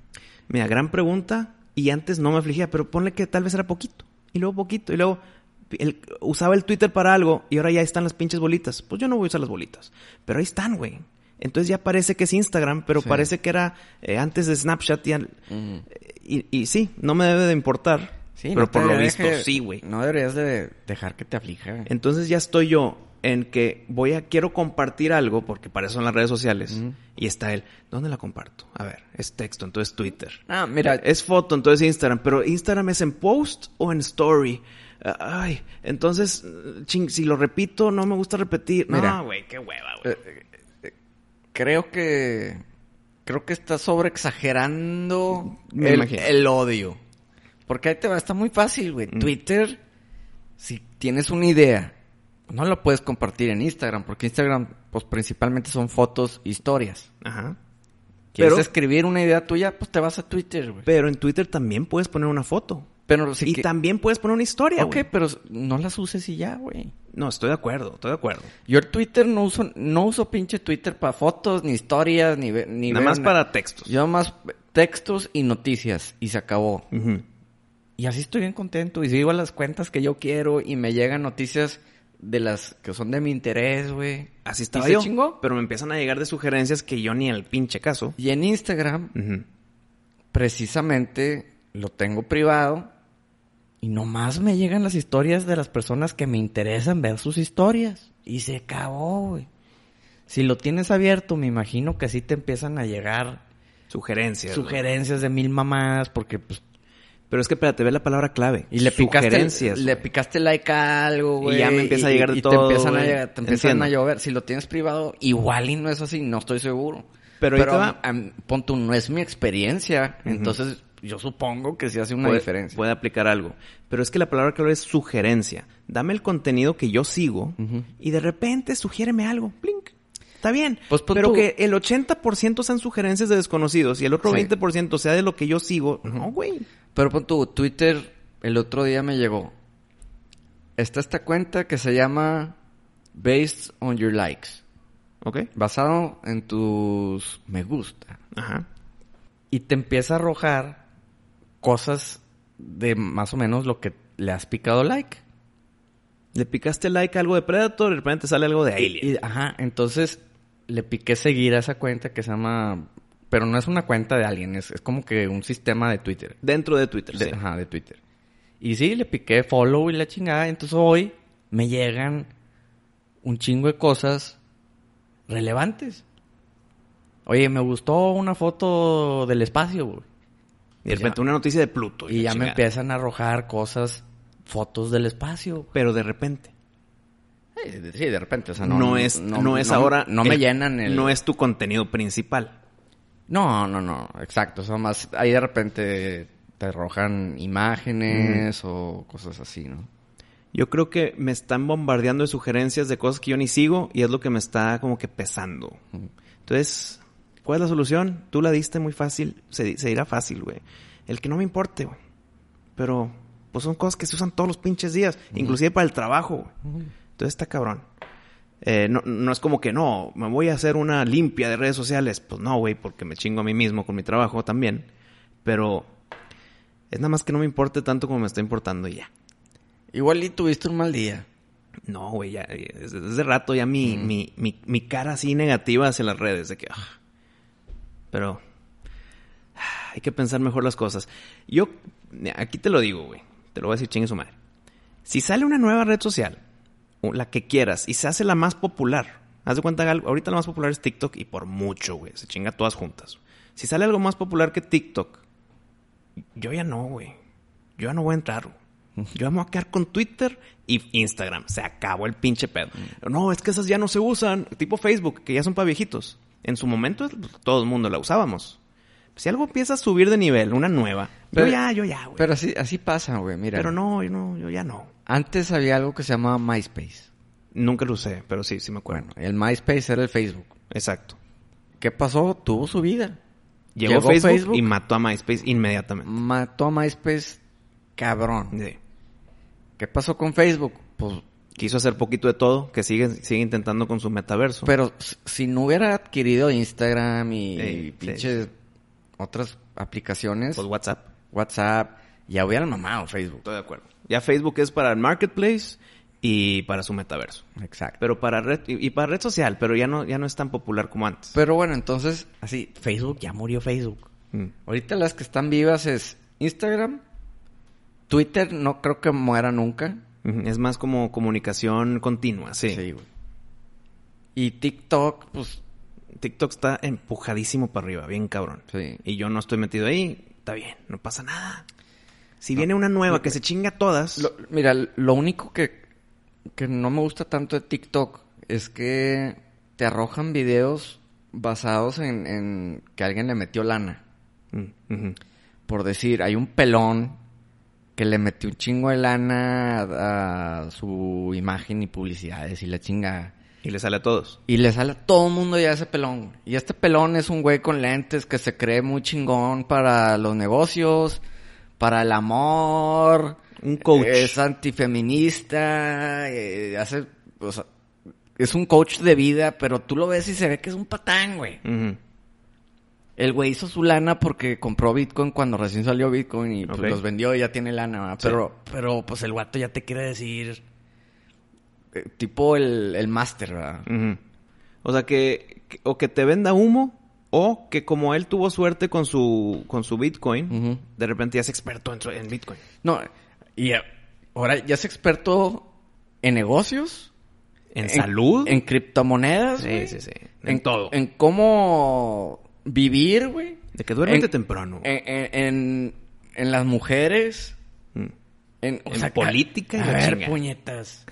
Mira, gran pregunta. Y antes no me afligía, pero ponle que tal vez era poquito. Y luego poquito. Y luego el- usaba el Twitter para algo y ahora ya están las pinches bolitas. Pues yo no voy a usar las bolitas. Pero ahí están, güey. Entonces ya parece que es Instagram, pero parece que era eh, antes de Snapchat. Y, al- y, y sí, no me debe de importar. pero
no te
por lo
deberías
visto,
que-
sí, güey.
No deberías de dejar que te aflija. güey.
Entonces ya estoy yo en que voy a quiero compartir algo porque para eso son las redes sociales y está él, ¿dónde la comparto? A ver, es texto, entonces Twitter.
Ah, mira.
es foto, entonces Instagram, pero Instagram es en post o en story. Ah, Ay, entonces ching, si lo repito no me gusta repetir.
Mira. Eh.
no, güey, qué hueva, güey.
Creo que... Creo que estás sobreexagerando
Me
el,
imagino. Mm.
el odio. Porque ahí te va, está muy fácil, güey. Twitter, si tienes una idea, no la puedes compartir en Instagram, porque Instagram, pues principalmente son fotos, historias.
Ajá.
¿Quieres
Pero-
escribir una idea tuya? Pues te vas a Twitter, güey.
Pero en Twitter también puedes poner una foto.
Pero si
y
que-
también puedes poner una historia,
Ok,
güey.
pero no las uses y ya, güey.
No, estoy de acuerdo, estoy de acuerdo.
Yo el Twitter no uso, no uso pinche Twitter para fotos, ni historias, ni... ve- ni
Nada
veo
más
na-
para textos.
Yo más textos y noticias, y se acabó.
Ujú.
Y así estoy bien contento, y sigo a las cuentas que yo quiero, y me llegan noticias de las que son de mi interés, güey.
Así
¿Y
estaba
se
yo.
chingó?
Pero me empiezan a llegar de sugerencias que yo ni al pinche caso.
Y en Instagram,
Ujú.
precisamente, lo tengo privado, y nomás me llegan las historias de las personas que me interesan ver sus historias. Y se acabó, güey. Si lo tienes abierto, me imagino que así te empiezan a llegar
Sugerencias. güey.
sugerencias de mil mamás, porque pues...
Pero es que espérate, ve la palabra clave.
Y le picaste,
Sugerencias.
le
güey.
picaste like a algo, güey.
Y ya me empieza a llegar de
y
todo,
Te empiezan, a,
güey.
llegar- te empiezan
Entiendo.
a llover. Si lo tienes privado, igual y no es así, no estoy seguro.
Pero ahí te va.
am- pon tú, no es mi experiencia. Entonces, yo supongo que sí hace una
puede,
diferencia.
puede aplicar algo. Pero es que la palabra clave es sugerencia. Dame el contenido que yo sigo y de repente sugiéreme algo. Blink. Está bien.
Pues pon
pero
tú-
que el 80% sean sugerencias de desconocidos y el otro
Sí.
20% sea de lo que yo sigo. No, güey.
Pero pon tu Twitter, el otro día me llegó. Está esta cuenta que se llama Based on Your Likes.
¿Ok?
basado en tus me gusta.
Ajá.
Y te empieza a arrojar cosas de más o menos lo que le has picado like.
Le picaste like a algo de Predator y de repente te sale algo de Alien.
Y, ajá, entonces le piqué seguir a esa cuenta que se llama... Pero no es una cuenta de alguien, es, es como que un sistema de Twitter.
Dentro de Twitter,
De-
sí.
Ajá, de Twitter. Y sí, le piqué follow y la chingada. Entonces hoy me llegan un chingo de cosas relevantes. Oye, me gustó una foto del espacio, güey.
Y de repente una noticia de Pluto.
Y
la
ya me
chingada.
empiezan a arrojar cosas, fotos del espacio.
Pero de repente.
Sí, de- sí, de repente, o sea,
No,
no,
es, no, es ahora.
No me
el-
llenan el...
No es tu contenido principal.
No, no, no, exacto. O sea, más ahí de repente te arrojan imágenes o cosas así, ¿no?
Yo creo que me están bombardeando de sugerencias de cosas que yo ni sigo y es lo que me está como que pesando. Entonces, ¿cuál es la solución? Tú la diste muy fácil, se, di- se dirá fácil, güey. El que no me importe, güey. Pero, pues son cosas que se usan todos los pinches días, inclusive para el trabajo, güey. Entonces está cabrón. Eh, no, no es como que no, me voy a hacer una limpia de redes sociales. Pues no, güey, porque me chingo a mí mismo con mi trabajo también. Pero es nada más que no me importe tanto como me está importando y ya.
Igual y tuviste un mal día.
No, güey, ya, eh, desde, desde rato ya mi, mi, mi, mi cara así negativa hacia las redes, de que... ah. Pero ah, hay que pensar mejor las cosas. Yo, mira, aquí te lo digo, güey, te lo voy a decir chingue su madre. Si sale una nueva red social, o la que quieras, y se hace la más popular, haz de cuenta, Gal, ahorita la más popular es TikTok y por mucho, güey, se chinga todas juntas. Si sale algo más popular que TikTok, yo ya no, güey. Yo ya no voy a entrar. güey. Yo ya me voy a quedar con Twitter y Instagram. Se acabó el pinche pedo. No, es que esas ya no se usan. Tipo Facebook, que ya son para viejitos. En su momento pues, todo el mundo la usábamos. Si algo empieza a subir de nivel, una nueva.
Pero-
yo ya, yo ya, güey. Pero,
Pero así, así pasa, güey, mira.
no, yo no, yo ya no.
Antes había algo que se llamaba MySpace.
Nunca lo usé, pero sí, sí me acuerdo.
Bueno, el MySpace era el Facebook.
Exacto.
¿Qué pasó? Tuvo su vida.
Llegó,
Llegó
Facebook,
Facebook.
y mató a MySpace inmediatamente.
Mató a MySpace, cabrón.
Sí.
¿Qué pasó con Facebook? Pues,
Quiso hacer poquito de todo, que sigue, sigue intentando con su metaverso.
pero s- si no hubiera adquirido Instagram y,
Sí, sí,
pinches otras aplicaciones,
Pues WhatsApp.
WhatsApp, ya hubiera mamado Facebook.
Estoy de acuerdo. Ya Facebook es para el marketplace y para su metaverso.
Exacto.
Pero para red, y, y para red social, pero ya no, ya no es tan popular como antes.
Pero bueno, entonces, así, Facebook ya murió Facebook.
Mm.
Ahorita las que están vivas es Instagram, Twitter no creo que muera nunca.
Ujú. Es más como comunicación continua, sí.
güey. Y TikTok, pues
TikTok está empujadísimo para arriba, bien cabrón.
Sí.
Y yo no estoy metido ahí, está bien, no pasa nada. Si viene una nueva que se chinga a todas,
lo- mira, lo único que, que no me gusta tanto de TikTok es que te arrojan videos basados en, en que alguien le metió lana.
Mm, ujú.
Por decir, hay un pelón que le metió un chingo de lana a, a su imagen y publicidades y la chinga.
y le sale a todos.
Y le sale a todo el mundo ya ese pelón. güey. Y este pelón es un güey con lentes que se cree muy chingón para los negocios, para el amor.
Un coach.
Es antifeminista, eh, hace, o sea, es un coach de vida, pero tú lo ves y se ve que es un patán, güey.
Ujú.
El güey hizo su lana porque compró Bitcoin cuando recién salió Bitcoin y pues,
Ok.
los vendió y ya tiene lana, ¿verdad?
Sí.
Pero, pero pues el guato ya te quiere decir, eh, tipo el, el máster, ¿verdad?
Ujú. O sea, que, que- o que te venda humo o que como él tuvo suerte con su con su Bitcoin,
Ujú.
de repente ya es experto en, su- en Bitcoin.
No, y eh, ahora ya es experto en negocios.
En, salud.
En criptomonedas.
Sí,
güey,
sí, sí. En todo.
En cómo vivir, güey.
de que duérmete
en-
temprano.
En, en- en- en las mujeres.
Mm.
En, o
En
sea,
política y
A
la
ver,
chingada.
puñetas.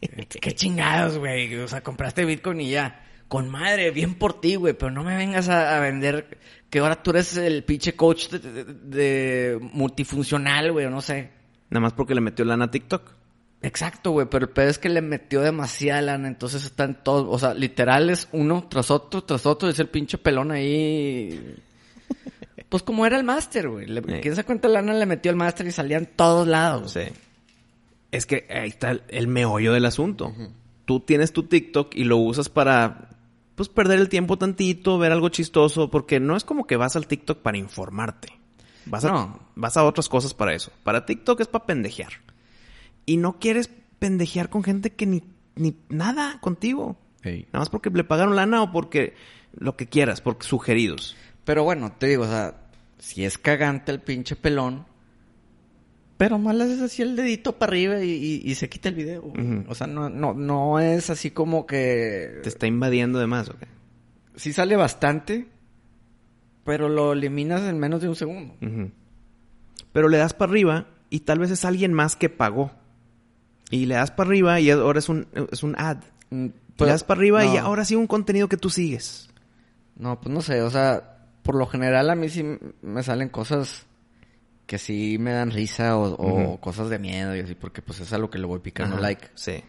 Qué chingados, güey. O sea, compraste Bitcoin y ya. Con madre, bien por ti, güey. Pero no me vengas a, a vender que ahora tú eres el pinche coach de, de- de multifuncional, güey. o No sé.
Nada más porque le metió lana a TikTok.
Exacto, güey, pero el pedo es que le metió demasiada lana, entonces están todos, o sea, literal es uno tras otro, tras otro, es el pinche pelón ahí. Pues como era el máster, güey. le-
Sí.
¿Quién se cuenta lana le metió al máster y salían todos lados?
Sí. Es que ahí está el, el meollo del asunto. Tú tienes tu TikTok y lo usas para pues perder el tiempo tantito, ver algo chistoso, porque no es como que vas al TikTok para informarte. Vas a,
No.
vas a otras cosas para eso. Para TikTok es para pendejear. Y no quieres pendejear con gente que ni, ni nada contigo. Nada más porque le pagaron lana o porque lo que quieras, porque sugeridos.
Pero bueno, te digo, o sea, si es cagante el pinche pelón, pero más le haces así el dedito para arriba y, y- y se quita el video. güey.
Ujú.
O sea, no, no, no es así como que...
Te está invadiendo de más, ¿ok?
Sí sale bastante, pero lo eliminas en menos de un segundo.
Ujú. Pero le das para arriba y tal vez es alguien más que pagó. Y le das para arriba y ahora es un, es un ad.
Mm,
le
pero-
das para arriba y
no.
ahora sí un contenido que tú sigues.
No, pues no sé, o sea, por lo general a mí sí m- me salen cosas que sí me dan risa o, o
Ujú.
cosas de miedo y así, porque pues es a lo que le voy picando
Ajá,
like.
Sí.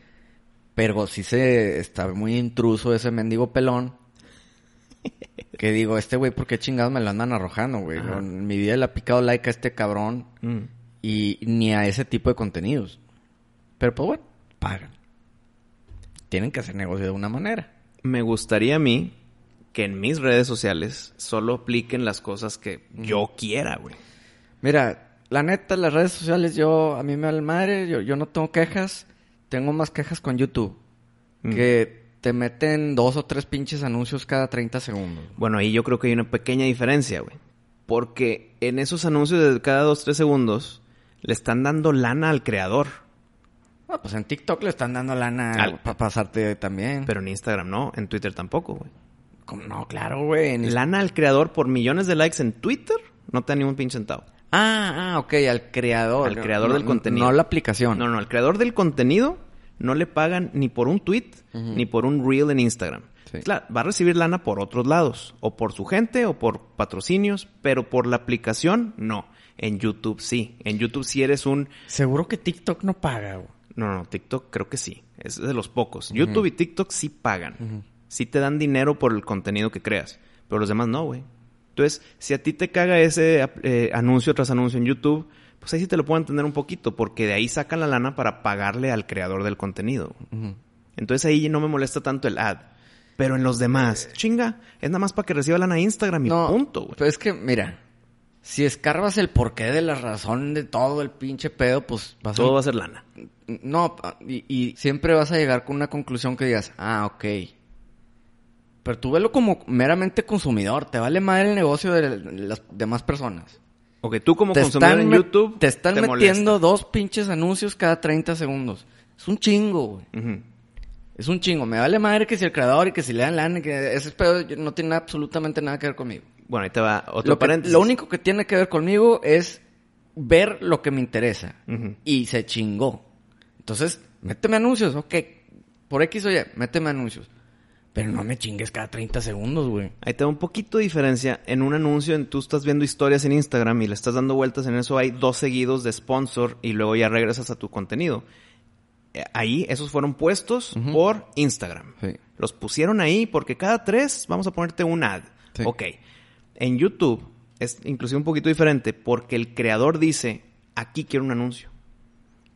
Pero sí se está muy intruso ese mendigo pelón. Que digo, este güey, ¿por qué chingados me lo andan arrojando, güey?
Ajá.
En mi vida le ha picado like a este cabrón
Mm.
y ni a ese tipo de contenidos. Pero pues bueno, pagan. Tienen que hacer negocio de una manera.
Me gustaría a mí que en mis redes sociales solo apliquen las cosas que
Mm.
yo quiera, güey.
Mira, la neta, las redes sociales, yo, a mí me vale madre, yo, yo no tengo quejas. Tengo más quejas con YouTube.
Mm.
Que te meten dos o tres pinches anuncios cada 30 segundos.
Bueno, ahí yo creo que hay una pequeña diferencia, güey. Porque en esos anuncios de cada dos, tres segundos, le están dando lana al creador.
Ah, pues en TikTok le están dando lana
Al-
para pasarte también.
Pero en Instagram no, en Twitter tampoco, güey.
¿Cómo? No, claro, güey. en Inst-
Lana al creador por millones de likes en Twitter no te da ni un pinche centavo.
Ah, ah, ok, al creador.
Al creador
No,
del
no,
contenido.
No la aplicación.
No, no, al creador del contenido no le pagan ni por un tweet ni por un reel en Instagram.
Sí.
Claro, va a recibir lana por otros lados, o por su gente, o por patrocinios, pero por la aplicación no. En YouTube sí. En YouTube sí eres un...
Seguro que TikTok no paga, güey.
No, no, TikTok creo que sí. Es de los pocos. YouTube y TikTok sí pagan. Sí te dan dinero por el contenido que creas. Pero los demás no, güey. Entonces, si a ti te caga ese ap- eh, anuncio tras anuncio en YouTube, pues ahí sí te lo puedo entender un poquito, porque de ahí sacan la lana para pagarle al creador del contenido. Entonces ahí no me molesta tanto el ad. Pero en los demás, chinga, es nada más para que reciba lana a Instagram y
Eh. No,
punto, güey.
Pero es que, mira, si escarbas el porqué de la razón de todo el pinche pedo, pues vas
Todo va
a...
a ser lana.
No, pa- y, y siempre vas a llegar con una conclusión que digas, ah, ok. Pero tú velo como meramente consumidor, te vale madre el negocio de las demás personas.
O que tú como
te
consumidor
están,
en
met-
YouTube
te están
molesta.
metiendo dos pinches anuncios cada 30 segundos. Es un chingo, güey.
Ujú.
Es un chingo. Me vale madre que si el creador y que si le dan lana, y que ese pedo yo- no tiene absolutamente nada que ver conmigo.
Bueno, ahí te va otro
Lo, que-
paréntesis.
lo único que tiene que ver conmigo es ver lo que me interesa.
Ujú.
Y se chingó. Entonces, méteme anuncios, ok. Por X o Y, méteme anuncios. Pero no me chingues cada 30 segundos, güey.
Ahí te da un poquito de diferencia. En un anuncio, en, tú estás viendo historias en Instagram y le estás dando vueltas en eso, hay dos seguidos de sponsor y luego ya regresas a tu contenido. Eh, Ahí, esos fueron puestos por Instagram.
Sí.
Los pusieron ahí porque cada tres vamos a ponerte un ad.
Sí.
Ok. En YouTube es inclusive un poquito diferente porque el creador dice, aquí quiero un anuncio.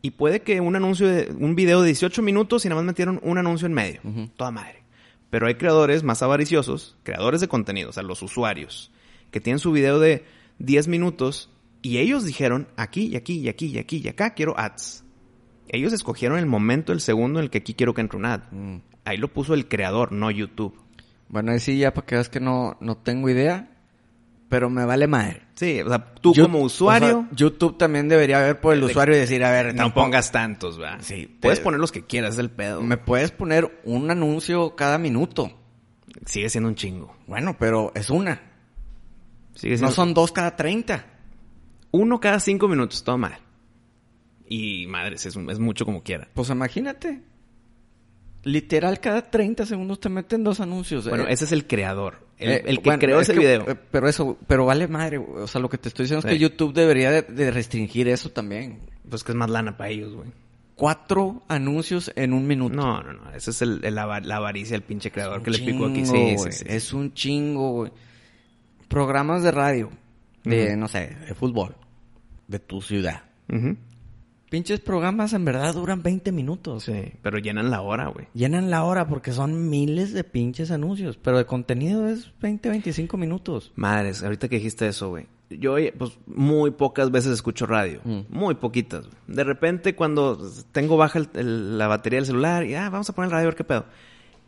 Y puede que un anuncio, de, un video de 18 minutos y nada más metieron un anuncio en medio. Toda madre. Pero hay creadores más avariciosos, creadores de contenido, o sea, los usuarios, que tienen su video de 10 minutos y ellos dijeron aquí y aquí y aquí y aquí y acá quiero ads. Ellos escogieron el momento, el segundo en el que aquí quiero que entre un ad. Ahí lo puso el creador, no YouTube.
Mm. Bueno, ahí sí, ya para que veas que no, no tengo idea. Pero me vale madre.
Sí, o sea, tú
Yo-
como usuario...
o sea, YouTube también debería ver por el
De-
usuario y decir, a ver,
no
tampoco-
pongas tantos, ¿verdad?
Sí, te-
Puedes poner los que quieras, es el pedo.
Me puedes poner un anuncio cada minuto.
Sigue siendo un chingo.
Bueno, pero es una.
Sigue siendo...
No son dos cada 30.
Uno cada cinco minutos, todo mal. Y madres, es, un- es mucho como quiera.
Pues imagínate. Literal, cada 30 segundos te meten dos anuncios.
Bueno,
Eh,
ese es el creador. El,
eh,
el que
bueno,
creó
es
ese
que,
video.
eh, Pero eso, pero vale madre. güey. O sea, lo que te estoy diciendo es
Sí.
que YouTube debería de, de restringir eso también.
Pues que es más lana para ellos, güey.
Cuatro anuncios en un minuto.
No, no, no. Ese es el, el ava- la avaricia del pinche creador que
un
le picó aquí.
chingo,
Sí, sí,
güey.
sí.
Es un chingo, güey. Programas de radio, de, no sé, de fútbol, de tu ciudad.
Ujú.
pinches programas en verdad duran 20 minutos.
Sí, pero llenan la hora, güey.
Llenan la hora porque son miles de pinches anuncios, pero de contenido es 20, 25 minutos.
Madres, ahorita que dijiste eso, güey. Yo, oye, pues, muy pocas veces escucho radio. Muy poquitas. güey. De repente, cuando tengo baja el- el- la batería del celular, y, ah, vamos a poner el radio a ver qué pedo.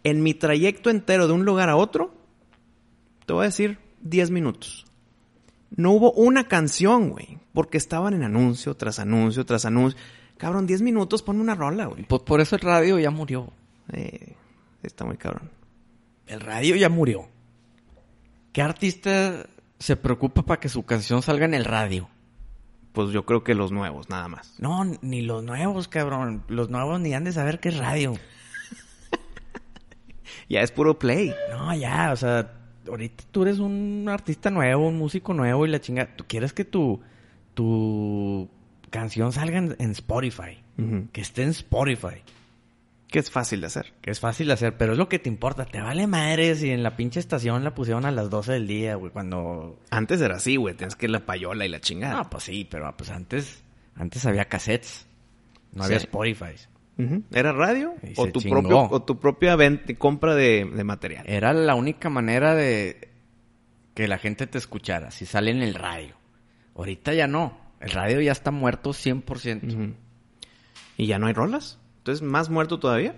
En mi trayecto entero de un lugar a otro, te voy a decir 10 minutos. No hubo una canción, güey. Porque estaban en anuncio, tras anuncio, tras anuncio. Cabrón, 10 minutos, ponme una rola, güey.
Pues por eso el radio ya murió.
Eh, está muy cabrón.
El radio ya murió. ¿Qué artista se preocupa para que su canción salga en el radio?
Pues yo creo que los nuevos, nada más.
No, ni los nuevos, cabrón. Los nuevos ni han de saber qué es radio.
Ya es puro play.
No, ya, o sea, ahorita tú eres un artista nuevo, un músico nuevo y la chinga. Tú quieres que tu, tu canción salga en, en Spotify.
Ujú.
Que esté en Spotify.
Que es fácil de hacer.
Que es fácil de hacer, pero es lo que te importa. Te vale madre si en la pinche estación la pusieron a las 12 del día, güey, cuando...
Antes era así, güey. Tienes que ir la payola y la chingada.
No, pues sí, pero pues antes, antes había cassettes. No había
Sí.
Spotify.
Ujú. ¿Era radio?
Y
O
se
tu,
chingó. Eh.
propio, o tu propia venta- compra de, de material.
Era la única manera de que la gente te escuchara, si sale en el radio. Ahorita ya no. El radio ya está muerto 100%.
Ujú. Y ya no hay rolas. Entonces, más muerto todavía.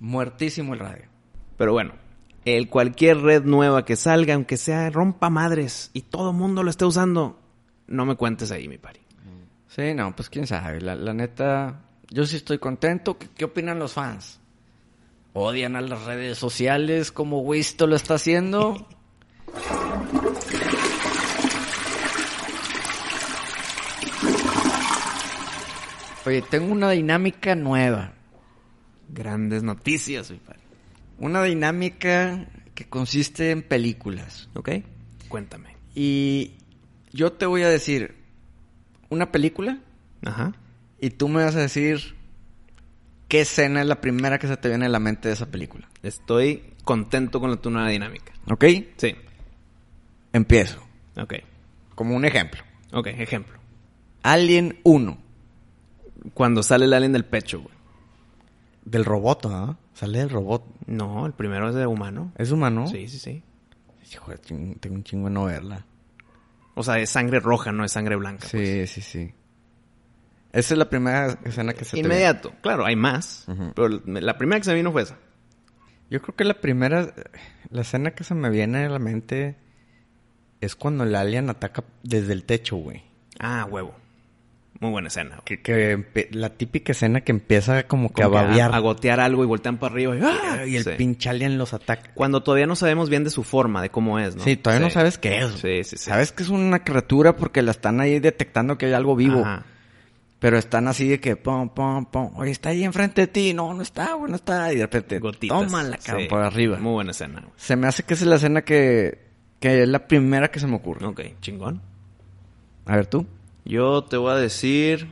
Muertísimo el radio.
Pero bueno, el cualquier red nueva que salga, aunque sea rompa madres y todo mundo lo esté usando, no me cuentes ahí, mi pari.
Sí, no, pues quién sabe. La, la neta, yo sí estoy contento. ¿Qué, qué opinan los fans? ¿Odian a las redes sociales como Wisto lo está haciendo? Oye, tengo una dinámica nueva.
Grandes noticias, mi pari.
Una dinámica que consiste en películas.
¿Ok? Cuéntame.
Y yo te voy a decir una película
Ajá.
y tú me vas a decir qué escena es la primera que se te viene a la mente de esa película.
Estoy contento con la tu nueva dinámica.
¿Ok?
Sí.
Empiezo.
Ok.
Como un ejemplo.
Ok, ejemplo.
Alien 1.
Cuando sale el alien del pecho, güey.
Del robot, ¿ah? Sale del robot.
No, el primero es de humano.
¿Es humano?
Sí, sí, sí.
Hijo, de ching- tengo un chingo de no verla.
O sea, es sangre roja, no es sangre blanca.
Sí,
pues.
sí, sí. Esa es la primera escena que se te viene.
Inmediato. Claro, hay más.
Ujú.
Pero la primera que se me vino fue esa.
Yo creo que la primera, la escena que se me viene a la mente es cuando el alien ataca desde el techo, güey.
Ah, huevo. Muy buena escena. güey.
Que, que empe- la típica escena que empieza como que
Como
a
que
babear.
A gotear algo y voltean para arriba. Y, ¡ah!
y el
Sí.
pinche alien los ataca.
Cuando todavía no sabemos bien de su forma, de cómo es, ¿no?
Sí, todavía no sabes qué es.
Sí, sí, sí.
Sabes que es una criatura porque la están ahí detectando que hay algo vivo.
Ajá.
Pero están así de que pom, pom, pom. Oye, está ahí enfrente de ti. No, no está, güey, no está. Y de repente,
Gotitas.
tómala, cabrón,
Sí.
por arriba.
Muy buena escena. güey.
Se me hace que esa es la escena que, que es la primera que se me ocurre.
Ok, chingón.
A ver, tú.
Yo te voy a decir...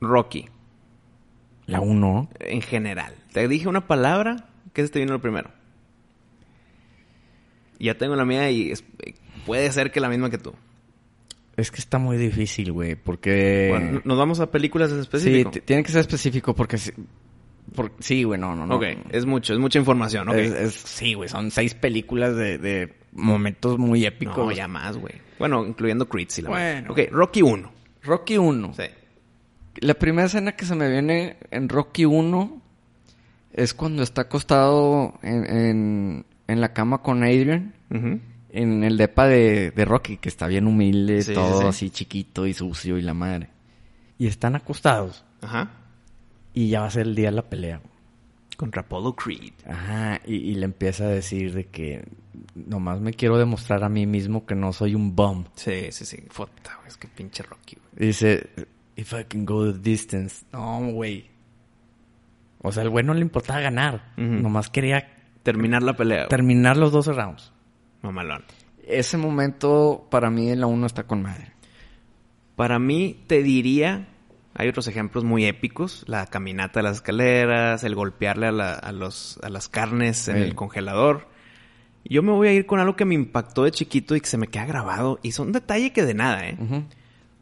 Rocky.
La 1.
En general. Te dije una palabra, ¿qué se te vino lo primero? Ya tengo la mía y es- puede ser que la misma que tú.
Es que está muy difícil, güey, porque...
Bueno, nos vamos a películas en
Eh, sí,
específico.
t- tiene que ser específico porque... si- por- sí, güey, no, no, no.
ok, es mucho, es mucha información. ok.
Es- es- sí, güey, son seis películas de, de momentos muy épicos.
no, ya más, güey. Bueno, incluyendo Creed, sí, la
Bueno.
verdad. Ok, Rocky 1.
Rocky 1.
Sí.
La primera escena que se me viene en Rocky 1 es cuando está acostado en, en- en la cama con Adrian.
Ujú.
En el depa de, de Rocky, que está bien humilde,
Sí,
todo
sí, sí.
así chiquito y sucio y la madre. Y están acostados.
Ajá.
Y ya va a ser el día de la pelea. güey.
Contra Apollo Creed.
Ajá, y, y le empieza a decir de que nomás me quiero demostrar a mí mismo que no soy un bum.
Sí, sí, sí. Fota, güey, es que pinche Rocky, güey.
Dice, if I can go the distance. No, güey. O sea, el güey no le importaba ganar.
Ujú.
Nomás quería
Terminar la pelea. güey.
terminar los 12 rounds.
Mamalón.
Ese momento para mí en la 1 está con madre.
Para mí, te diría, hay otros ejemplos muy épicos, la caminata de las escaleras, el golpearle a, la- a los, a las carnes en
Sí.
el congelador. Yo me voy a ir con algo que me impactó de chiquito y que se me queda grabado, y son detalle que de nada, ¿eh?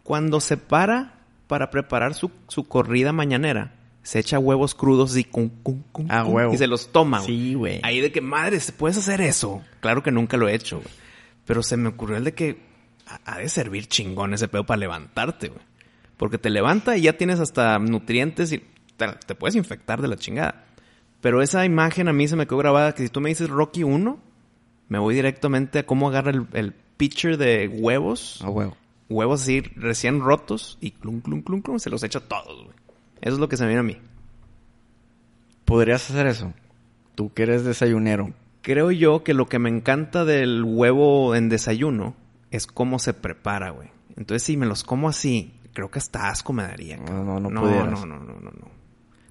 Cuando se para para preparar su, su corrida mañanera, se echa huevos crudos y cum, cum, cum,
Ah,
cum,
huevo.
y se los toma. güey.
Sí, güey.
Ahí de que, madre, ¿puedes hacer eso? Claro que nunca lo he hecho, güey. Pero se me ocurrió el de que ha- ha de servir chingón ese pedo para levantarte, güey. Porque te levanta y ya tienes hasta nutrientes y te, te puedes infectar de la chingada. Pero esa imagen a mí se me quedó grabada que si tú me dices Rocky 1, me voy directamente a cómo agarra el, el pitcher de huevos
A huevo.
huevos así recién rotos y clum, clum, clum, clum, se los echa todos, güey. Eso es lo que se me viene a mí.
¿Podrías hacer eso? Tú que eres desayunero.
Creo yo que lo que me encanta del huevo en desayuno es cómo se prepara, güey. Entonces, si me los como así, creo que hasta asco me daría.
No,
cabrón.
no, no
no,
pudieras.
no, no, no, no, no.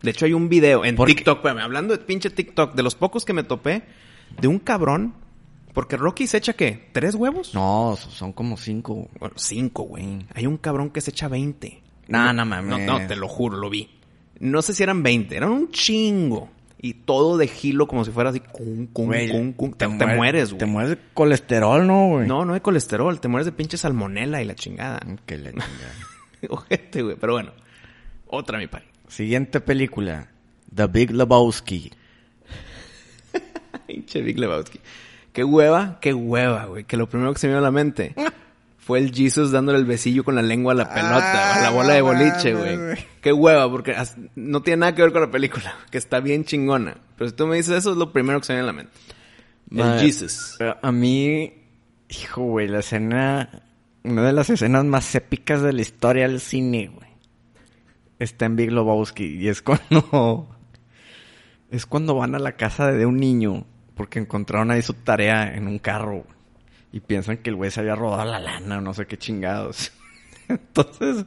De hecho, hay un video en
¿Por qué?
TikTok, espérame, hablando de pinche TikTok, de los pocos que me topé, de un cabrón, porque Rocky se echa, ¿qué? ¿Tres huevos?
No, so- son como cinco.
Bueno, cinco, güey. Hay un cabrón que se echa 20.
No, no
No,
mames.
no, te lo juro, lo vi. No sé si eran 20, eran un chingo. Y todo de gilo como si fuera así, cum, cum,
Güey,
cum, cum. Te, te
muer-
mueres, güey.
Te mueres de colesterol, ¿no, güey? Mm,
No, no de colesterol, te mueres de pinche salmonela y la chingada.
Que la chingada.
Ojete, güey, pero bueno. Otra, mi pari.
Siguiente película. The Big Lebowski.
Pinche Big Lebowski. Qué hueva, qué hueva, güey. Que lo primero que se me vino a la mente fue el Jesus dándole el besillo con la lengua a la pelota,
Ah,
a la bola de
no
boliche,
mames,
güey.
güey.
Qué hueva, porque as- no tiene nada que ver con la película, que está bien chingona. Pero si tú me dices eso, es lo primero que se me viene a la mente.
Madre-
El Jesus.
A mí, hijo, güey, la escena, una de las escenas más épicas de la historia del cine, güey. Está en Big Lebowski y es cuando, es cuando van a la casa de un niño porque encontraron ahí su tarea en un carro güey, y piensan que el güey se había rodado la lana o no sé qué chingados. Entonces,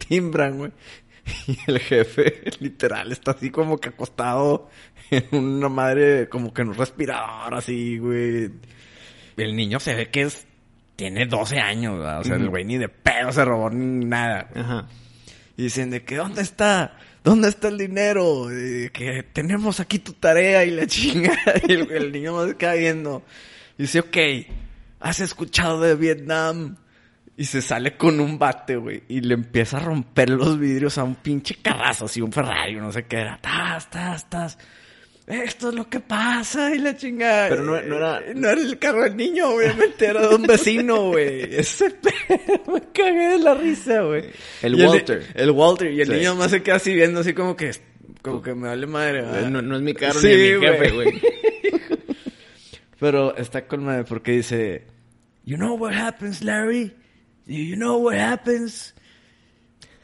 timbran, güey. Y el jefe, literal, está así como que acostado en una madre, como que en un respirador, así, güey. El niño se ve que es, tiene 12 años, ¿verdad? o sea, el
Ujú.
güey ni de pedo se robó ni nada. güey.
Ajá.
Y dicen de que, ¿dónde está? ¿Dónde está el dinero? Y que tenemos aquí tu tarea y la chinga. Y el, el niño nos queda viendo. Y dice, ok, ¿has escuchado de Vietnam? Y se sale con un bate, güey. Y le empieza a romper los vidrios a un pinche carrazo, así un Ferrari, no sé qué era. Tas, tas, tas. Esto es lo que pasa y la chingada.
Pero no- no era-
No era el carro del niño, obviamente. Era de un vecino, güey. Ese pedo me cagué de la risa, güey.
El
Y ni-
Walter.
el Walter. Y el
Sí.
niño más se queda así viendo así como que... Como que me vale madre, ¿verdad?
No, no es mi carro
Ah. Sí,
ni mi jefe,
güey.
güey.
Pero está con madre porque dice... You know what happens, Larry? Do you know what happens?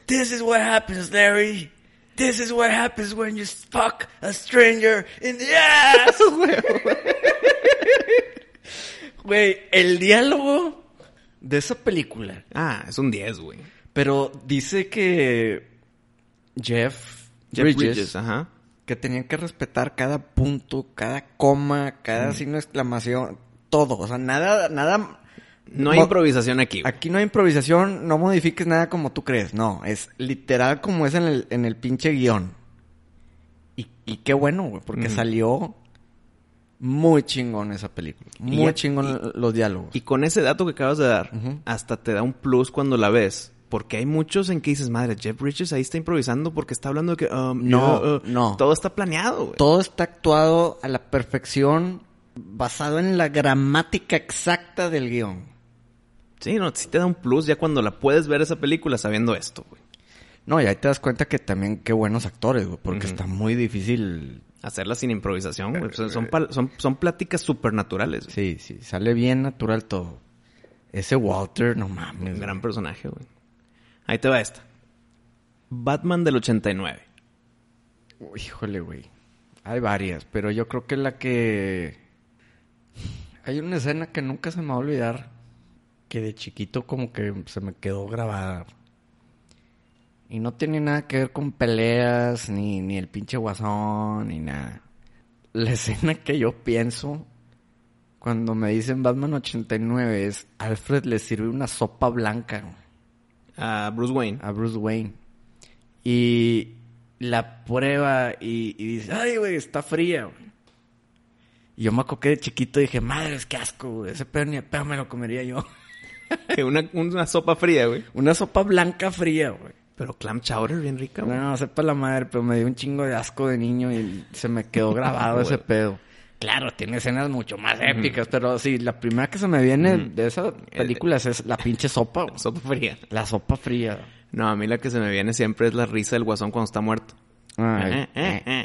This is what happens, Larry. This is what happens when you fuck a stranger in the ass, güey. Güey, el diálogo de esa película...
Ah, es un 10, güey.
Pero dice que Jeff,
Jeff
Bridges,
Bridges, ajá.
que tenían que respetar cada punto, cada coma, cada signo de exclamación, todo. O sea, nada, nada.
No hay
mo-
improvisación aquí. güey.
Aquí no hay improvisación, no modifiques nada como tú crees. No, es literal como es en el, en el pinche guión. Y, y qué bueno, güey, porque
Ujú.
salió muy chingón esa película. Muy
ya-
chingón los diálogos.
Y con ese dato que acabas de dar,
Pues. Ujú.
hasta te da un plus cuando la ves. Porque hay muchos en que dices, madre, Jeff Bridges ahí está improvisando porque está hablando de que... um,
No,
yeah, uh,
no.
Todo está planeado, güey.
Todo está actuado a la perfección, basado en la gramática exacta del guión.
Sí, no, sí te da un plus ya cuando la puedes ver esa película sabiendo esto, güey.
No, y ahí te das cuenta que también qué buenos actores, güey, porque está muy difícil.
Hacerla sin improvisación, güey. Son, son, pal- son- son pláticas supernaturales, güey.
Sí, sí, sale bien natural todo. Ese Walter, no mames.
Un gran personaje, güey. Ahí te va esta. Batman del 89.
güey. Híjole, güey. Hay varias, pero yo creo que la que... Hay una escena que nunca se me va a olvidar, que de chiquito como que se me quedó grabada. Y no tiene nada que ver con peleas, ni, ni el pinche guasón, ni nada. La escena que yo pienso cuando me dicen Batman 89 es Alfred le sirve una sopa blanca güey,
A Bruce Wayne.
a Bruce Wayne. Y la prueba y, y dice, ay, güey, está fría, güey. Y yo me acoqué de chiquito y dije, madre, es que asco, güey, ese pedo ni a pedo me lo comería yo.
una, una sopa fría, güey.
Una sopa blanca fría, güey.
Pero clam chowder bien rica, güey.
No, sepa la madre, pero me dio un chingo de asco de niño y se me quedó grabado ese pedo. Claro, tiene escenas mucho más épicas, pero sí, la primera que se me viene de esas películas es la pinche sopa, güey.
Sopa fría.
La sopa fría.
No, a mí la que se me viene siempre es la risa del guasón cuando está muerto. eh,
Ay,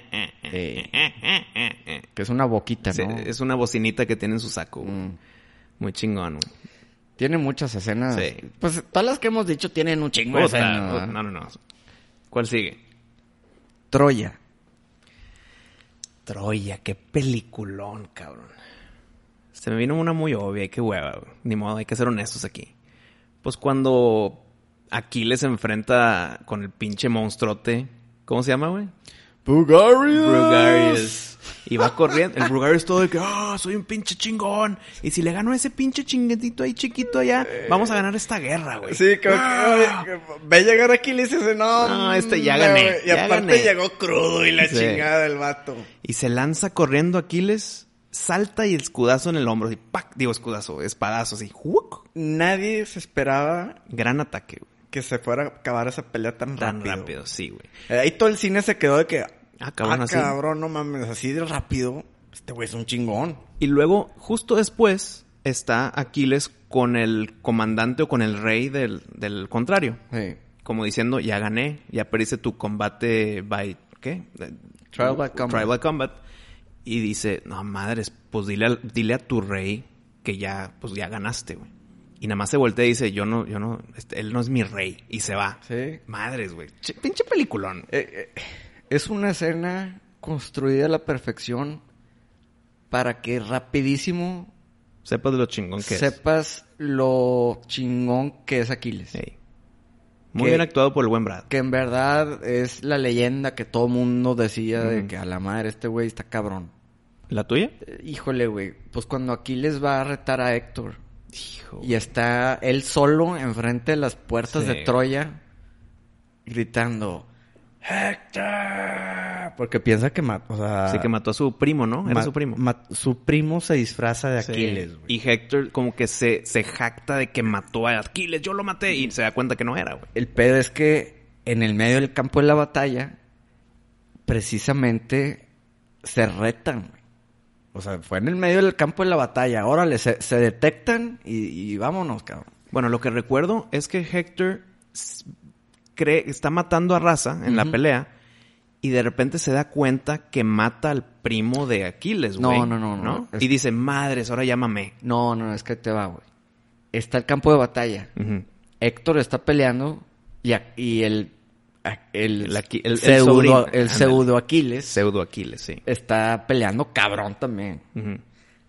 eh, que es una boquita,
Se-
¿no?
eh, Es una bocinita que tiene en su saco, güey. Muy chingón, güey.
Tiene muchas escenas.
Sí.
Pues todas las que hemos dicho tienen un chingo de
Puta, pues,
escenas. ¿verdad?
no, no, no. ¿Cuál sigue?
Troya.
Troya, qué peliculón, cabrón. Se me vino una muy obvia, y qué hueva, güey. ni modo, hay que ser honestos aquí. Pues cuando Aquiles se enfrenta con el pinche monstruote, ¿cómo se llama, güey?
Bulgarius.
Brugarius. Y va corriendo, el Brugarius todo de que, ah, soy un pinche chingón. Y si le gano a ese pinche chinguetito ahí chiquito allá, vamos a ganar esta guerra, güey.
Eh.
Ah.
Sí, como que, oye, ve a llegar aquí y le dices, no,
No, este ya
hombre,
gané,
güey. Y
ya
aparte
gané.
llegó crudo y la
Sí.
chingada del vato.
Y se lanza corriendo Aquiles, salta y escudazo en el hombro. Y ¡pac! Digo escudazo, espadazo, así. ¡Wuc!
Nadie se esperaba
Gran ataque, güey.
que se fuera a acabar esa pelea tan,
Tan
rápido.
rápido. sí, güey.
Eh, Ahí todo el cine se quedó de que,
Ah, cabrón, así.
cabrón, no mames, así de rápido, este güey es un chingón.
Y luego, justo después, está Aquiles con el comandante o con el rey del, del contrario.
Sí.
Como diciendo, ya gané, ya perdiste tu combate by... ¿Qué?
Trial by combat.
Trial by combat. Y dice, no madres, pues dile, al- dile a tu rey que ya, pues ya ganaste, güey. Y nada más se voltea y dice, yo no, yo no, este, él no es mi rey. Y se va.
Sí.
Madres, güey. Ch- Pinche peliculón.
Eh, eh, es una escena construida a la perfección para que rapidísimo
Sepas de lo chingón que es.
sepas lo chingón que es Aquiles.
Ey. Muy
Que-
bien actuado por el buen Brad.
Que en verdad es la leyenda que todo mundo decía de que a la madre este güey está cabrón.
¿La tuya?
Eh, Híjole, güey. Pues cuando Aquiles va a retar a Héctor
Hijo.
y está él solo enfrente de las puertas
Sí.
de Troya gritando ¡Héctor! Porque piensa que mató, o sea,
Así que mató a su primo, ¿no? Era
Ma-
su primo.
ma- su primo se disfraza de
Sí.
Aquiles, güey.
Y Héctor como que se, se jacta de que mató a Aquiles, yo lo maté, y se da cuenta que no era, güey.
El pedo es que en el medio del campo de la batalla, precisamente se retan, güey. O sea, fue en el medio del campo de la batalla. Órale, se, se detectan y, y vámonos, cabrón.
Bueno, lo que recuerdo es que Héctor s- cree, está matando a Raza en la pelea, y de repente se da cuenta que mata al primo de Aquiles,
No,
güey.
no, no, no. Es-
Y dice, madres, ahora llámame.
No, no, es que te va, güey. Está el campo de batalla. Héctor está peleando y, a- y el, a- el,
El Aqui- el- el
pseudo,
sobrino.
el
Ándale.
pseudo Aquiles
Pseudo Aquiles, sí.
está peleando cabrón también.
Ujú.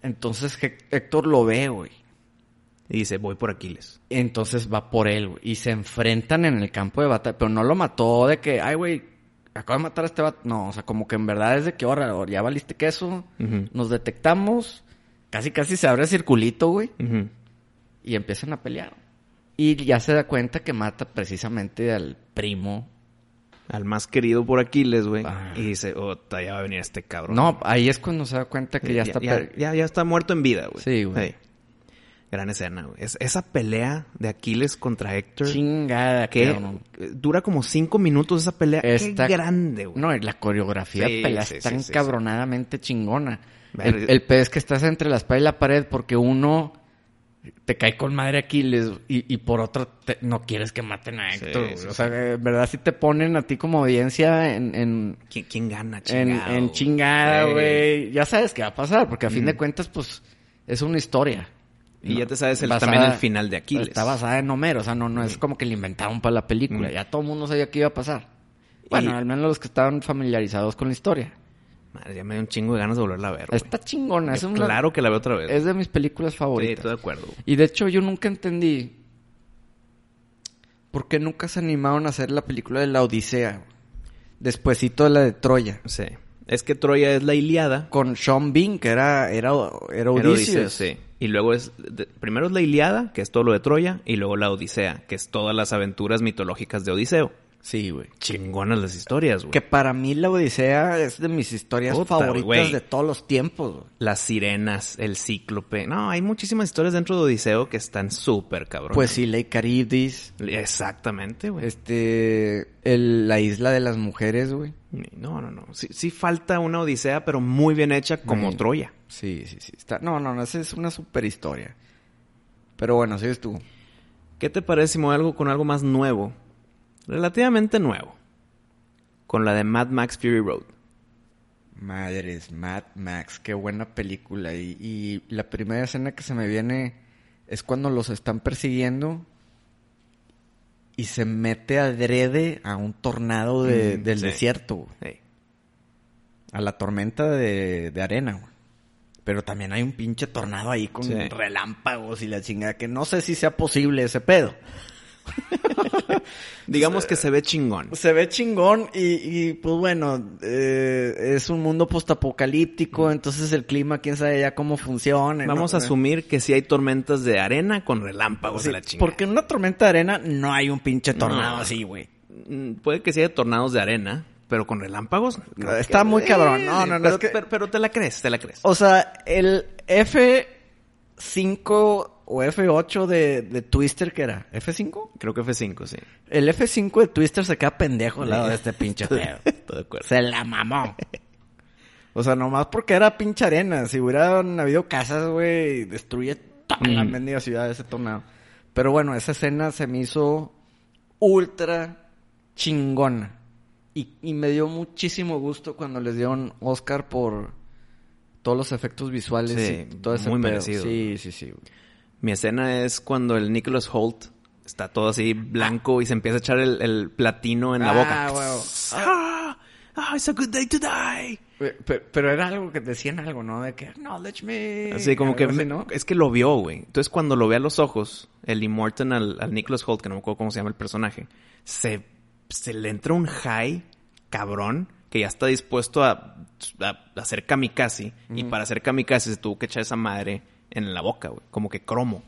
Entonces Hec- Héctor lo ve, güey.
Y dice, voy por Aquiles.
Entonces va por él, güey. Y se enfrentan en el campo de batalla. Pero no lo mató de que, ay, güey, acabo de matar a este vato. No, o sea, como que en verdad es de que, ahora ya valiste queso.
Ujú.
Nos detectamos. Casi, casi se abre el circulito, güey.
Ujú.
Y empiezan a pelear. Y ya se da cuenta que mata precisamente al primo.
Al más querido por Aquiles, güey.
Ah.
Y dice, ota, ya va a venir este cabrón.
No, ahí es cuando se da cuenta que ya, está...
ya,
per-
ya- ya está muerto en vida, güey.
Sí, güey.
Gran escena, güey. Es- esa pelea de Aquiles contra Héctor.
Chingada,
que
cabrón.
eh, dura como cinco minutos esa pelea.
Está-
Qué grande, güey.
No, y la coreografía
Sí,
pelea
sí,
es tan
sí, sí, sí.
cabronadamente chingona.
Ver-
El, el pedo es que estás entre la espada y la pared porque uno te cae con madre Aquiles y, y por otro te- no quieres que maten a
Sí,
Héctor. güey.
sí,
o sea, en verdad si te ponen a ti como audiencia en, en,
¿Quién, quién gana,
en-
chingado?
en chingada,
Sí.
güey. Ya sabes qué va a pasar porque a fin de cuentas, pues, es una historia.
Mm. Y
¿no?
ya te sabes el- también el final de Aquiles.
Está basada en Homero, o sea, no, no es como que le inventaron para la película.
Mm.
Ya todo el mundo sabía que iba a pasar. Bueno,
Y-
al menos los que estaban familiarizados con la historia.
Madre, ya me dio un chingo de ganas de volverla a ver, güey.
Está chingona, es
Yo
una-
Claro que la veo otra vez.
es de mis películas
sí,
favoritas.
estoy de acuerdo. güey.
Y de hecho yo nunca entendí por qué nunca se animaron a hacer la película de la Odisea. Despuésito de la de Troya.
Sí. Es que Troya es la Iliada.
Con Sean Bean, que era, era, era
Era
Odiseo.
Odiseo, sí. Y luego es, de- primero es la Iliada, que es todo lo de Troya, y luego la Odisea, que es todas las aventuras mitológicas de Odiseo.
Sí, güey.
Chingonas las historias, güey.
Que para mí la Odisea es de mis historias
Puta,
favoritas
güey.
de todos los tiempos. güey.
Las sirenas, el cíclope. No, hay muchísimas historias dentro de Odiseo que están súper cabrón.
Pues sí, Lake Caribdis,
Exactamente, güey.
este, el- la isla de las mujeres, güey.
No, no, no. Sí, sí falta una Odisea, pero muy bien hecha como
Güey.
Troya.
Sí, sí, sí. Está, no, no, no, esa es una super historia. Pero bueno, sigues tú.
¿Qué te parece si me voy algo con algo más nuevo? Relativamente nuevo. Con la de Mad Max Fury Road.
Madres, Mad Max, qué buena película. Y, y la primera escena que se me viene es cuando los están persiguiendo y se mete adrede a un tornado de-
Mm,
del
sí.
desierto, güey.
Ey.
a la tormenta de, de arena, güey. Pero también hay un pinche tornado ahí con
Sí.
relámpagos y la chingada, que no sé si sea posible ese pedo.
Digamos
eh,
que se ve chingón.
Se ve chingón y, y, pues bueno, eh, es un mundo postapocalíptico, entonces el clima, quién sabe ya cómo funciona. ¿no?
Vamos a asumir que si hay tormentas de arena con relámpagos
Sí,
de la chingada.
pues porque en una tormenta de arena no hay un pinche tornado
No.
así, güey.
Mm, Puede que sí haya tornados de arena, pero con relámpagos. creo
Está
que-
muy cabrón. No,
sí,
no, no,
Pero,
es que- Oh.
pero- pero te la crees, te la crees.
O sea, el F5 o F8 de, de Twister, ¿qué era? ¿F5?
Creo que F5, sí.
El F5 de Twister se queda pendejo al lado de este pinche pedo.
Estoy de acuerdo.
Se la mamó. O sea, nomás porque era pinche arena. Si hubieran habido casas, güey, destruye toda la
Mm.
mendiga ciudad de ese tornado. Pero bueno, esa escena se me hizo ultra chingona. Y, y me dio muchísimo gusto cuando les dieron Oscar por todos los efectos visuales
Sí,
y todo ese
muy
pedo.
merecido.
Sí, sí, sí. güey.
Mi escena es cuando el Nicholas Holt está todo así blanco y se empieza a echar el, el platino en la
Ah,
boca.
huevo.
Ah, ah, it's a good day to die.
Pe- pe- Pero era algo que decían algo, ¿no? De que acknowledge me.
Así como que
Algo así,
me- es que lo vio, güey. Entonces cuando lo ve a los ojos, el Immortan al, al Nicholas Holt, que no me acuerdo cómo se llama el personaje, se, se le entra un high cabrón que ya está dispuesto a, a hacer kamikaze. Y para hacer kamikaze se tuvo que echar esa madre en la boca, güey. Como que cromo.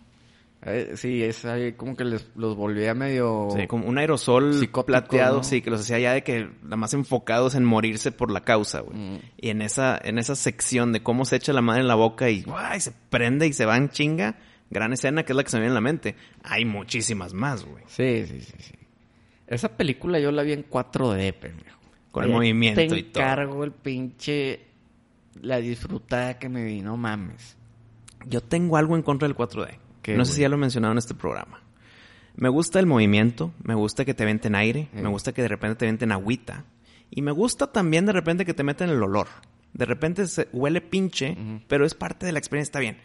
Eh, sí, es ahí como que les, los volvía medio...
Sí, como un aerosol
Psicótico,
plateado,
¿no?
sí, que los hacía ya de que nada más enfocados en morirse por la causa, güey.
Mm.
Y en esa, en esa sección de cómo se echa la madre en la boca y guay, se prende y se va en chinga, gran escena que es la que se me viene en la mente. Hay muchísimas más, güey.
Sí, sí, sí, sí. Esa película yo la vi en 4D, pendejo.
Con el
Ahí
movimiento y
Te
todo.
encargo el pinche... La disfrutada que me vi, no mames.
Yo tengo algo en contra del 4D.
¿Qué,
no sé
güey?
si ya lo he mencionado en este programa. Me gusta el movimiento, me gusta que te venten aire, me gusta que de repente te venten agüita. Y me gusta también de repente que te meten el olor. De repente se huele pinche, pero es parte de la experiencia, está bien.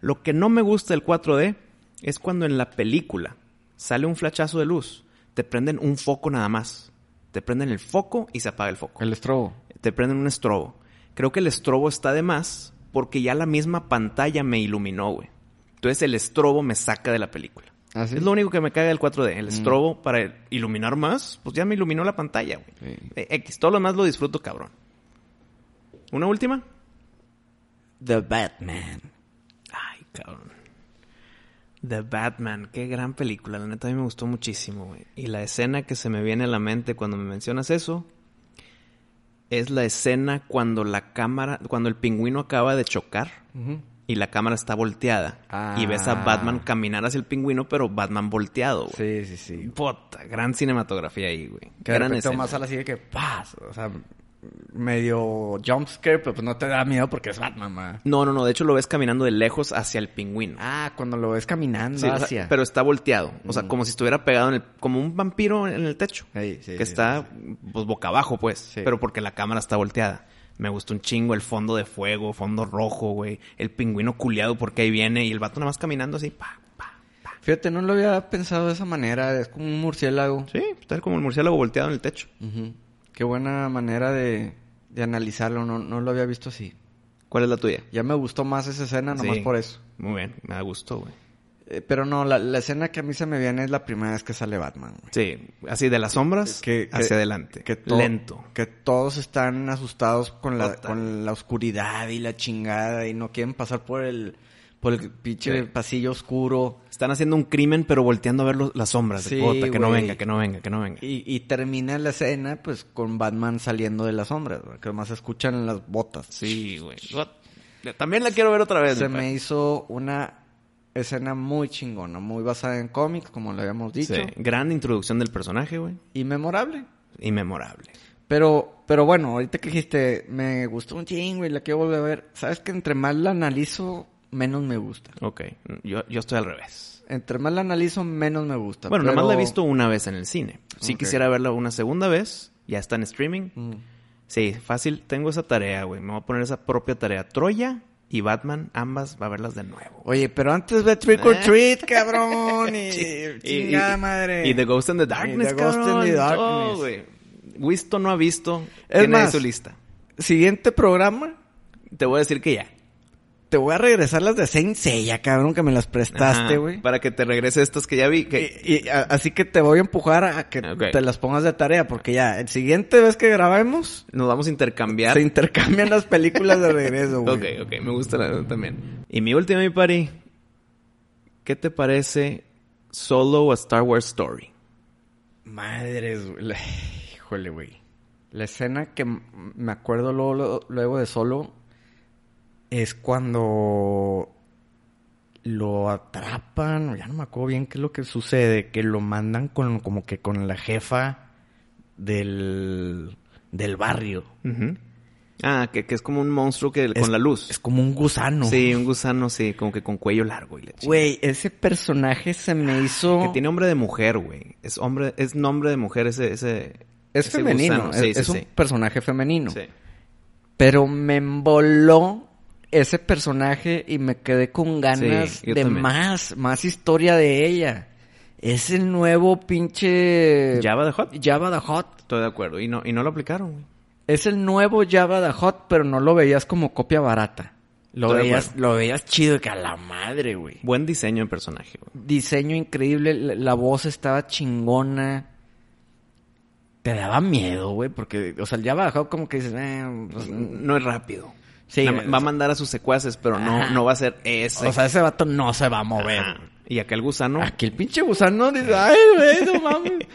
Lo que no me gusta del 4D es cuando en la película sale un flachazo de luz, te prenden un foco nada más. Te prenden el foco y se apaga el foco
El estrobo.
te prenden un estrobo. Creo que el estrobo está de más porque ya la misma pantalla me iluminó, güey. Entonces el estrobo me saca de la película.
¿Ah, sí? Mm.
Es lo único que me caga del 4D. El estrobo para iluminar más, pues ya me iluminó la pantalla, güey.
Sí.
Eh, X, todo lo demás lo disfruto, cabrón. ¿Una última?
The Batman.
Ay, cabrón. The Batman, qué gran película. La neta a mí me gustó muchísimo, güey. Y la escena que se me viene a la mente cuando me mencionas eso es la escena cuando la cámara, cuando el pingüino acaba de chocar y la cámara está volteada
Ah.
y ves a Batman caminar hacia el pingüino, pero Batman volteado, güey.
Sí, sí, sí.
Puta, gran cinematografía ahí, güey.
Que de
gran
repente
escena.
más a la así de que... ¡Paz! O sea, medio jumpscare, pero pues no te da miedo porque es Batman, ma.
No, no, no. De hecho lo ves caminando de lejos hacia el pingüino.
Ah, cuando lo ves caminando
Sí, o sea,
hacia...
pero está volteado. O sea, como si estuviera pegado en el... Como un vampiro en el techo.
Sí, sí,
que
sí,
está pues, boca abajo, pues.
Sí.
Pero porque la cámara está volteada. Me gusta un chingo el fondo de fuego, fondo rojo, güey. El pingüino culeado porque ahí viene. Y el vato nada más caminando así, pa, pa.
Fíjate, no lo había pensado de esa manera. Es como un murciélago.
Sí, tal como el murciélago volteado en el techo.
Ujú. Qué buena manera de, de analizarlo. No, no lo había visto así.
¿Cuál es la tuya?
Ya me gustó más esa escena, Ah, nomás
Sí.
por eso.
Muy bien, me da gusto, güey.
Eh, pero no, la, la escena que a mí se me viene es la primera vez que sale Batman. güey.
Sí, así de las sombras
Que- que-
hacia adelante.
que to-
Lento.
Que todos están asustados con la,
Total.
con la oscuridad y la chingada y no quieren pasar por el, por el pinche
Sí.
pasillo oscuro.
Están haciendo un crimen, pero volteando a ver los- las sombras. de
Sí,
puta, que no
güey.
venga, que no venga, que no venga.
Y, y termina la escena, pues, con Batman saliendo de las sombras, ¿verdad? que más escuchan las botas.
Sí, güey. What? También la quiero ver otra vez.
Se
mi
me hizo una escena muy chingona, muy basada en cómics, como lo habíamos
pa.
dicho,
Sí. Gran introducción del personaje, güey.
y memorable.
Y memorable.
Pero, pero bueno, ahorita que dijiste, me gustó un chingo y la quiero volver a ver. Sabes que entre más la analizo, menos me gusta.
Ok. Yo, yo estoy al revés.
Entre más la analizo, menos me gusta.
Bueno, nada más la he
pero-
visto una vez en el cine. Sí
Ok.
quisiera verla una segunda vez. Ya está en streaming.
Mm.
Sí, fácil. Tengo esa tarea, güey. Me voy a poner esa propia tarea. Troya y Batman, ambas, va a verlas de nuevo.
Oye, pero antes ve Trick or
Eh.
Treat, cabrón. Y, chingada
y-
madre.
Y The Ghost in the Darkness,
Y The Ghost in
cabrón.
the
Oh,
Darkness.
güey. Wisto no ha visto.
Es
tiene
más,
su lista.
Siguiente programa,
Te voy a decir que ya.
te voy a regresar las de Saint Seiya, cabrón, que me las prestaste,
Ajá,
güey.
Para que te regrese estas que ya vi. Que...
Y, y a- así que te voy a empujar a que
Ok.
te las pongas de tarea, porque ya, el siguiente vez que grabemos,
Nos vamos a intercambiar.
se intercambian las películas de regreso, güey.
Ok, ok, me gusta la- también. Y mi última, mi pari. ¿Qué te parece Solo a Star Wars Story?
Madres, güey. La- Híjole, güey. La escena que m- me acuerdo luego, luego- luego de solo es cuando lo atrapan, ya no me acuerdo bien qué es lo que sucede, que lo mandan con como que con la jefa del del barrio.
Ah, que, que es como un monstruo que
Es-
con la luz.
Es como un gusano.
Sí, un gusano, sí, como que con cuello largo y la chingada.
Güey, ese personaje se me hizo
Ah, Que tiene hombre de mujer, güey. Es hombre, es nombre de mujer ese, ese.
es
ese
femenino,
gusano.
es,
Sí, sí,
es un
sí.
personaje femenino.
Sí.
Pero me emboló ese personaje y me quedé con ganas
Sí, yo
de
también.
más, más historia de ella. Es el nuevo pinche...
Java the Hutt.
Jabba the Hutt.
Estoy de acuerdo. Y no, y no lo aplicaron, güey.
Es el nuevo Jabba the Hutt, pero no lo veías como copia barata. Lo
Estoy de
veías,
acuerdo.
lo veías chido, que a la madre, güey.
Buen diseño de personaje, güey.
Diseño increíble, la, la voz estaba chingona. Te daba miedo, güey, porque, o sea, el Jabba the Hutt como que dices, eh, pues,
No es rápido.
Sí,
Nada más
o
va a
sea-
mandar a sus secuaces, pero no,
Ajá.
no va a ser ese.
o sea, ese vato no se va a mover.
Ajá. Y acá el gusano.
Aquí el pinche gusano dice, ay, güey, no mames.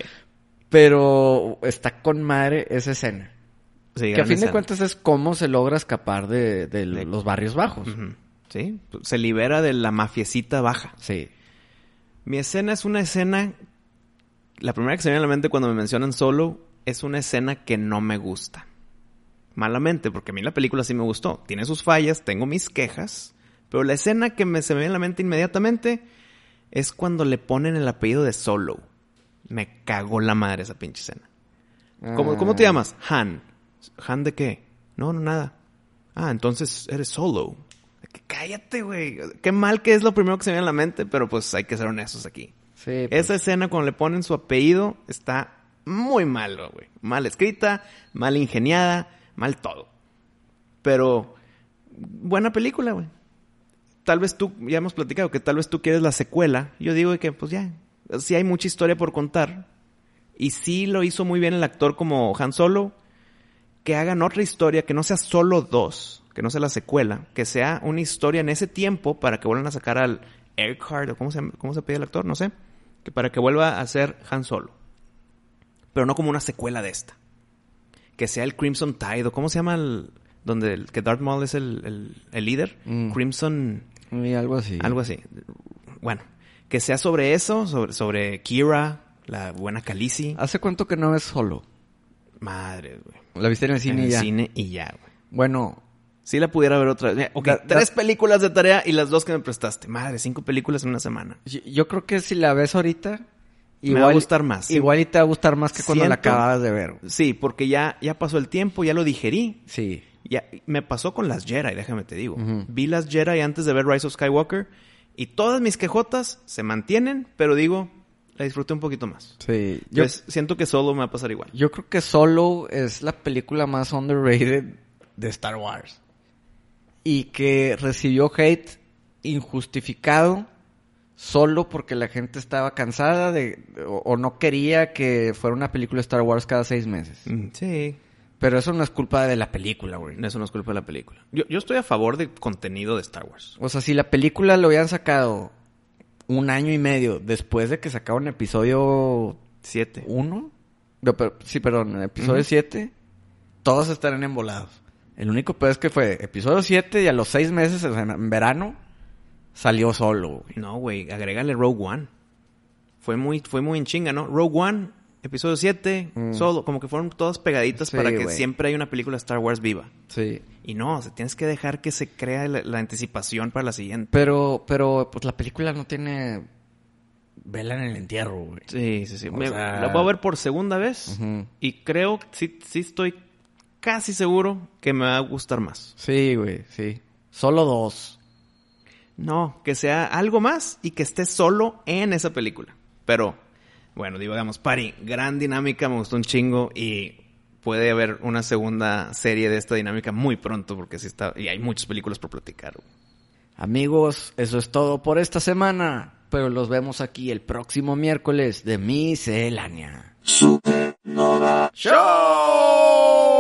Pero está con madre esa escena.
sí,
que a
gran
fin de
escena.
cuentas es cómo se logra escapar de, de los barrios bajos.
Ujú. Sí, se libera de la mafiecita baja.
Sí.
Mi escena es una escena. La primera que se me viene a la mente cuando me mencionan solo es una escena que no me gusta. Malamente, porque a mí la película sí me gustó. Tiene sus fallas, tengo mis quejas. Pero la escena que me, se me viene a la mente inmediatamente es cuando le ponen el apellido de Solo. Me cagó la madre esa pinche escena. ¿Cómo, cómo te
Ah,
llamas? Han. ¿Han de qué? No, no, nada. Ah, entonces eres solo. Cállate, güey. Qué mal que es lo primero que se me viene a la mente, pero pues hay que ser honestos aquí.
Sí. pues,
Esa escena cuando le ponen su apellido está muy malo, güey. Mal escrita, mal ingeniada, mal todo. Pero buena película, güey. Tal vez tú, ya hemos platicado que tal vez tú quieres la secuela. Yo digo que pues ya, sí hay mucha historia por contar. Y sí lo hizo muy bien el actor como Han Solo. Que hagan otra historia, que no sea solo dos, que no sea la secuela, que sea una historia en ese tiempo para que vuelvan a sacar al Eckhart, o cómo se, llama- cómo se pide el actor, no sé, que para que vuelva a ser Han Solo. Pero no como una secuela de esta. Que sea el Crimson Tide, o cómo se llama el. donde el, que Darth Maul es el, el- el líder.
Mm.
Crimson.
y algo así.
Algo así. Bueno, que sea sobre eso, sobre, sobre Kira, la buena Khaleesi.
¿Hace cuánto que no ves solo?
Madre, güey.
La viste en el
En
cine
el
ya.
cine y ya, güey.
Bueno,
Sí la pudiera ver otra vez. Ok,
Da- da-
tres películas de tarea y las dos que me prestaste. Madre, cinco películas en una semana.
yo, yo creo que si la ves ahorita,
Me va a gustar más, sí.
Igual y te va a gustar más que cuando la
Siento-
acababas de ver.
Sí, porque ya, ya pasó el tiempo, ya lo digerí.
Sí.
Ya, me pasó con las Jedi, déjame te digo.
Ujú.
Vi las Jedi antes de ver Rise of Skywalker y todas mis quejotas se mantienen, pero digo, la disfruté un poquito más.
Sí. Yo,
Entonces, siento que solo me va a pasar igual.
Yo creo que Solo es la película más underrated de Star Wars. Y que recibió hate injustificado solo porque la gente estaba cansada de o, o no quería que fuera una película de Star Wars cada seis meses.
Mm, Sí.
Pero eso no es culpa de la película, güey.
Eso no es culpa de la película. Yo, yo estoy a favor de contenido de Star Wars.
O sea, si la película lo habían sacado un año y medio después de que sacaron episodio
Siete.
1. No, pero- sí, perdón, episodio 7. Todos estarán embolados. El único peor es que fue episodio 7 y a los seis meses, o sea, en verano, salió solo, güey.
No, güey, agrégale Rogue One. Fue muy, fue muy en chinga, ¿no? Rogue One, episodio 7, solo, como que fueron todas pegaditas
Sí,
para que
güey.
siempre hay una película Star Wars viva.
Sí.
Y no, o sea, tienes que dejar que se crea la, la anticipación para la siguiente.
Pero, pero, pues la película no tiene vela en el entierro, güey.
Sí, sí, sí.
O
Me-
sea-
La voy a ver por segunda vez
Ujú.
y creo, sí, sí estoy casi seguro que me va a gustar más.
Sí, güey, sí. Solo dos.
No, que sea algo más y que esté solo en esa película. Pero, bueno, digamos, Pari, gran dinámica, me gustó un chingo y puede haber una segunda serie de esta dinámica muy pronto porque sí está, y hay muchas películas por platicar. güey.
Amigos, eso es todo por esta semana. Pero los vemos aquí el próximo miércoles de Miscelánea.
Supernova.
¡Show!